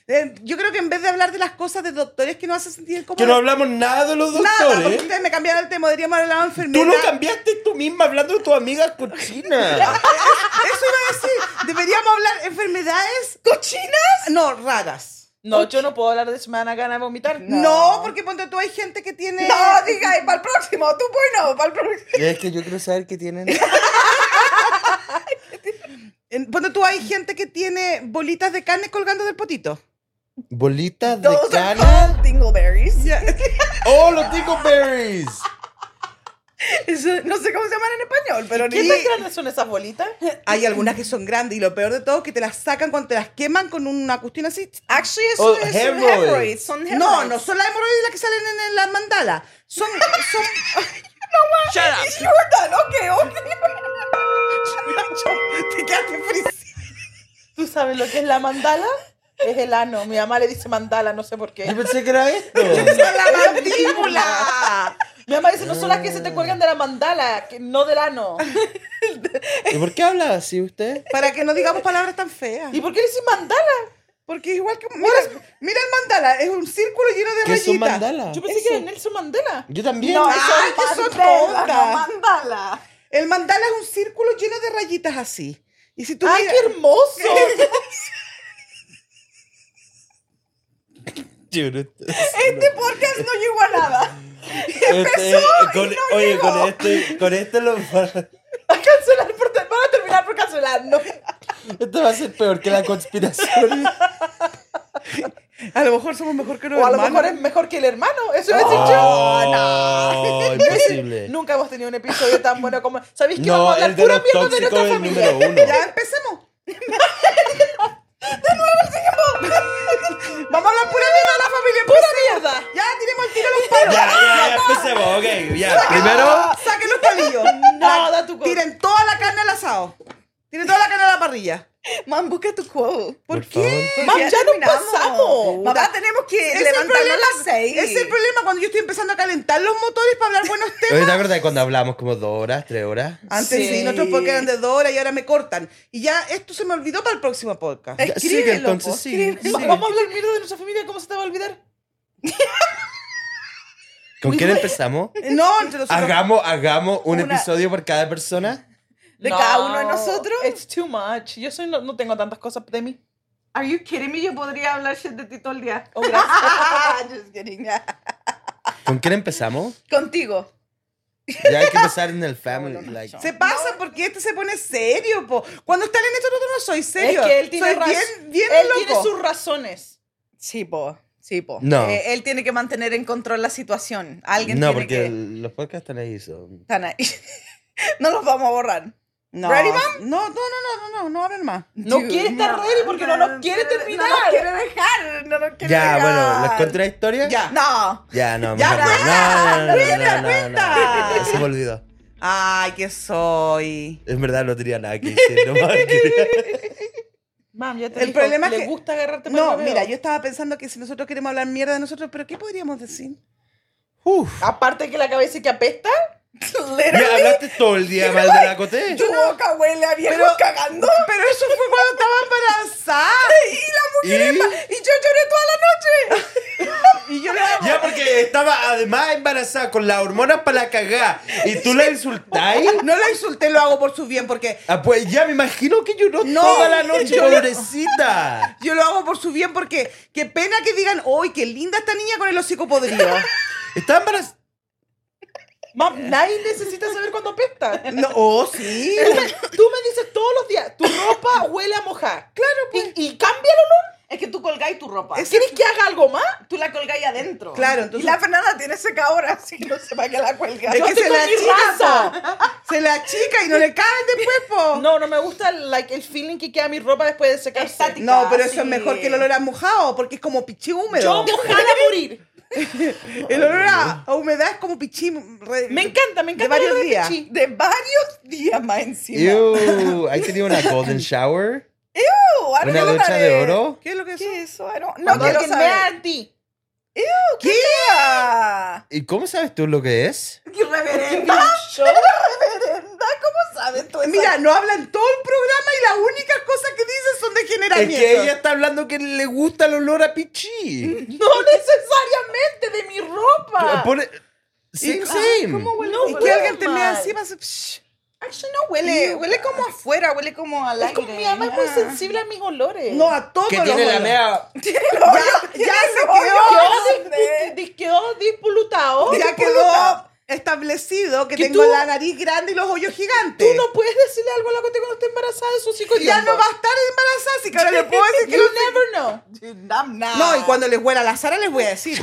Eh, yo creo que en vez de hablar de las cosas de doctores que no hace sentir como Que no hablamos nada de los nada, porque doctores. ¿eh? ustedes me cambiaron el tema, deberíamos hablar de enfermedad. Tú lo cambiaste tú misma hablando de tu amiga cochina. Eh, Eso iba a decir. Deberíamos hablar enfermedades cochinas, no raras. No, yo no puedo hablar de semana gana vomitar. No, porque ponte tú hay gente que tiene No, diga, y para el próximo, tú bueno, para el próximo. es que yo quiero saber qué tienen. en- ponte tú hay gente que tiene bolitas de carne colgando del potito. Bolitas de Those are cana. called dingleberries. Oh, los tickleberries. Eso- no sé cómo se llaman en español, pero ¿Qué ni- tan grandes son esas bolitas? Hay algunas que son grandes y lo peor de todo es que te las sacan cuando te las queman con una cuestión así. Actually, eso Oh, es un hemorrhoids. hemorrhoids, son No, hemorrhoids. no son las hemorroides las que salen en, en las mandalas. Son, son... Shut up! You were done, okay, okay. te quedaste frisado. ¿Tú sabes lo que es la mandala? Es el ano. Mi mamá le dice mandala, no sé por Yo qué. pensé que era esto. la mandíbula. Mi mamá dice, no son las que se te cuelgan de la mandala, que no del ano. ¿Y por qué habla así usted? Para que no digamos palabras tan feas. ¿Y por qué le dicen mandala? Porque es igual que... Mira, mira el mandala, es un círculo lleno de ¿Qué rayitas. son mandalas? Yo pensé que era Nelson Mandela. Yo también. No, ¡Ay, que Ah, son Mandela, no tontas! mandala. El mandala es un círculo lleno de rayitas así. Y si tú ¡Ay, miras- qué hermoso! Dude, Este podcast no llegó a nada. este, con, no oye, llegó. con este, con este lo A cancelar por... Van a terminar por cancelarnos. Esto va a ser peor que la conspiración. A lo mejor somos mejor que los O a lo hermanos. mejor es mejor que el hermano. Eso es Oh, no. Imposible. Nunca hemos tenido un episodio tan bueno como... ¿Sabéis que vamos a No, hablar el de pura los mierda de tóxicos nuestra es el familia? número uno. Ya empecemos. Vamos a hablar pura mierda de la familia. ¡Pura mierda! Ya tiremos el tiro a los palos. ¡Ah! Ya, ya, ya, empecemos, ok, ya. Primero, Saquen los palillos. No, da tu cosa. Tiren toda la carne al asado. Tiren toda la carne a la parrilla. Man, busca tu quote. ¿Por, Por qué? favor. Mam, ya nos terminamos. pasamos. Mamá, tenemos que Ese es el levantarnos problema. a las seis. Ese Es el problema cuando yo estoy empezando a calentar los motores para hablar buenos oye, ¿te temas. acuerdas de cuando hablamos como dos horas, tres horas? Antes sí, Sí. nuestros podcasts eran de dos horas y ahora me cortan. Y ya esto se me olvidó para el próximo podcast. Eh, Ya, Escríbelo, sigue, po, entonces, sigue. Va- sigue. Vamos a hablar mierda de nuestra familia. ¿Cómo se te va a olvidar? ¿Con quién empezamos? No, entre nosotros. Hagamos, hagamos un Una- episodio por cada persona. ¿De cada uno de nosotros? It's too much. Yo soy, no, no tengo tantas cosas de mí. Are you kidding me? Yo podría hablar shit de ti todo el día. Oh, gracias. Just kidding. ya. ¿Con quién empezamos? Contigo. Ya hay que empezar en el family. like. Se pasa porque este se pone serio, po. Cuando está en esto no soy serio. Es que él tiene soy raz- bien, bien Él loco. tiene sus razones. Sí, po. Sí, po. No. Eh, él tiene que mantener en control la situación. Alguien No, tiene porque que... el- los podcasts están ahí. son- Están ahí. no los vamos a borrar. No. ¿Ready, No, no, no, no, no, no, no hablen más. No Dude, quiere estar no, ready porque no no, nos quiere no, terminar. No nos quiere dejar. No nos quiere Ya, dejar. bueno, ¿les conté la historia? Ya. No. Ya, no, Ya, mejor no. cuenta, No, no, no, no, cuenta, no, no, no, cuenta. Se me olvidó. Ay, que soy. En verdad no tenía nada que decir. no más que- Mam, ya te El dijo, problema es le que- gusta agarrarte por No, el hueveo. mira, yo estaba pensando que si nosotros queremos hablar mierda de nosotros, pero ¿qué podríamos decir? Uf. Aparte que la cabeza que apesta. Mira, hablaste todo el día mal de la Coté. Tu boca huele a viejo cagando. Pero eso fue cuando estaba embarazada. Y Y yo lloré toda la noche. Y yo le hago- ya porque estaba además embarazada con las hormonas para la cagá. Y tú la insultáis. No la insulté, lo hago por su bien, porque Ah, pues ya me imagino que lloró No, toda la noche, lloró. pobrecita. yo lo hago por su bien, porque qué pena que digan, ¡ay, qué linda esta niña con el hocico podrido! Está embarazada. Mam, nadie necesita saber cuándo apesta. No, oh, sí. Tú me dices todos los días, tu ropa huele a mojar. Claro, pues. Y, y cambia el olor. Es que tú colgáis tu ropa. ¿Quieres que haga algo más? Tú la colgáis adentro. Claro, entonces- Y la Fernanda tiene secadora, así que no sé para qué la cuelga. Es que estoy se con la mi chica, se la chica y no le caben después, po. No, no me gusta like, el feeling que queda mi ropa después de secarse. Estática. No, pero eso sí. es mejor que el olor a mojado, porque es como pichí Yo húmedo. mojada a morir. El olor a, a humedad es como pichí. re- Me encanta, me De encanta. varios el olor a días. pichí. De varios días más encima. Ew, ¿Hay tenido una golden shower? Uh, ahora ¿Una no lo ducha de sabe. oro? ¿Qué es lo que Ah, es? eso? ¿Qué es eso? I don't- No Cuando quiero alguien me saber. anti. Ew, ¿Qué? queda? ¿Y cómo sabes tú lo que es? ¿Irreverenda? ¿Irreverenda? ¿Cómo sabes tú? esa- Mira, no hablan todo el programa y las únicas cosas que dicen son de Es generamiento. que ella está hablando que le gusta el olor a pichí. No necesariamente de mi ah. ropa. Pone- Same, same. No, Y que huele alguien te mal. mea así, vas a- psh. Actually, no huele. Huele como afuera, huele como al Es aire. como mi ama es muy Ah. sensible a mis olores. No, a todos Que los tiene la olores. mea. Ya, ya se quedó. Quedó, dis- dis- quedó disputado. Ya quedó establecido que, Que tengo tú- la nariz grande y los hoyos gigantes. Tú no puedes decirle algo a la Cote cuando esté embarazada de sus hijos. ya no va a estar embarazada, así que ahora le puedo decir que You no never know. No, y cuando les huela la Sara les voy a decir.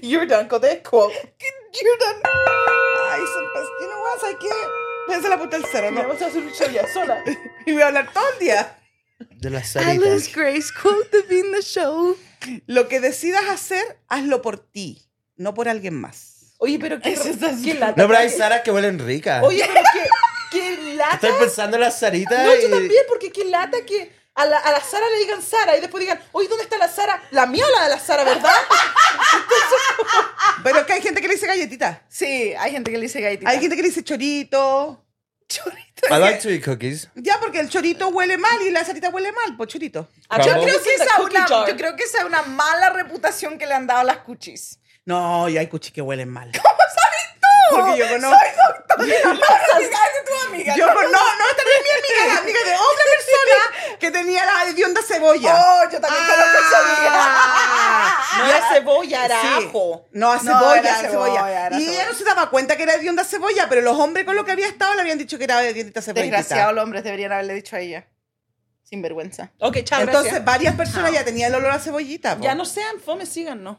You're done, Cote. Cool. Jordan. Ay, son pes... You know what? ¿Sabes qué? Voy a hacer la puta al cero, Me ¿no? vas a hacer un show ya sola. Y voy a hablar todo el día. De las salitas. Grace, quote the the show. Lo que decidas hacer, hazlo por ti, no por alguien más. Oye, pero qué, Eso está qué lata. No, pero hay saras que huelen ricas. Oye, pero qué, qué lata. Estoy pensando en las saritas. No, y- yo también, porque qué lata que a la, a la Sara le digan Sara y después digan, oye, ¿dónde está la Sara? La mía o la de la Sara, ¿verdad? Pero es que hay gente que le dice galletita. Sí, hay gente que le dice gaitita. Hay gente que le dice chorito. Chorrito. I like to eat cookies. Ya, porque el chorito huele mal y la sarita huele mal, pues chorito. Yo Crumble. Creo que esa es Cookie una- jar. yo creo que esa es una mala reputación que le han dado a las cuchis. No, y hay cuchis que huelen mal. ¿Cómo sabes tú? Porque yo conozco- Soy doctora. Ahora sí, cállate tu amiga. Yo, no, no, esta no es mi amiga, la amiga de otra persona que tenía la hedionda cebolla. Oh, yo también conozco a esa amiga. Ah. No era cebolla, era Sí. ajo. No, a No, cebolla, era a cebolla. cebolla, era Y cebolla. ella no se daba cuenta que era hedionda cebolla, pero los hombres con los que había estado le habían dicho que era hedionda cebolla. Desgraciado los hombres deberían haberle dicho a ella. Sin vergüenza. Ok, chao, Entonces, gracias. varias personas ya tenían el olor a cebollita. po. Ya no sean fome, síganos.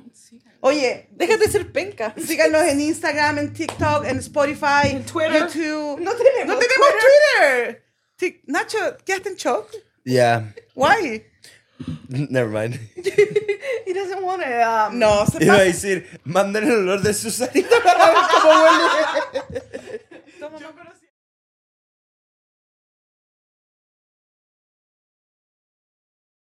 Oye, Déjate de ser penca. síganos en Instagram, en TikTok, en Spotify, en Twitter. YouTube. No tenemos Twitter. Tic- Nacho, ¿quedaste en shock? Yeah. Guay. Never mind. He doesn't want to, um, No, se Iba a pasa. decir, manden el olor de sus saritas para ver cómo huele.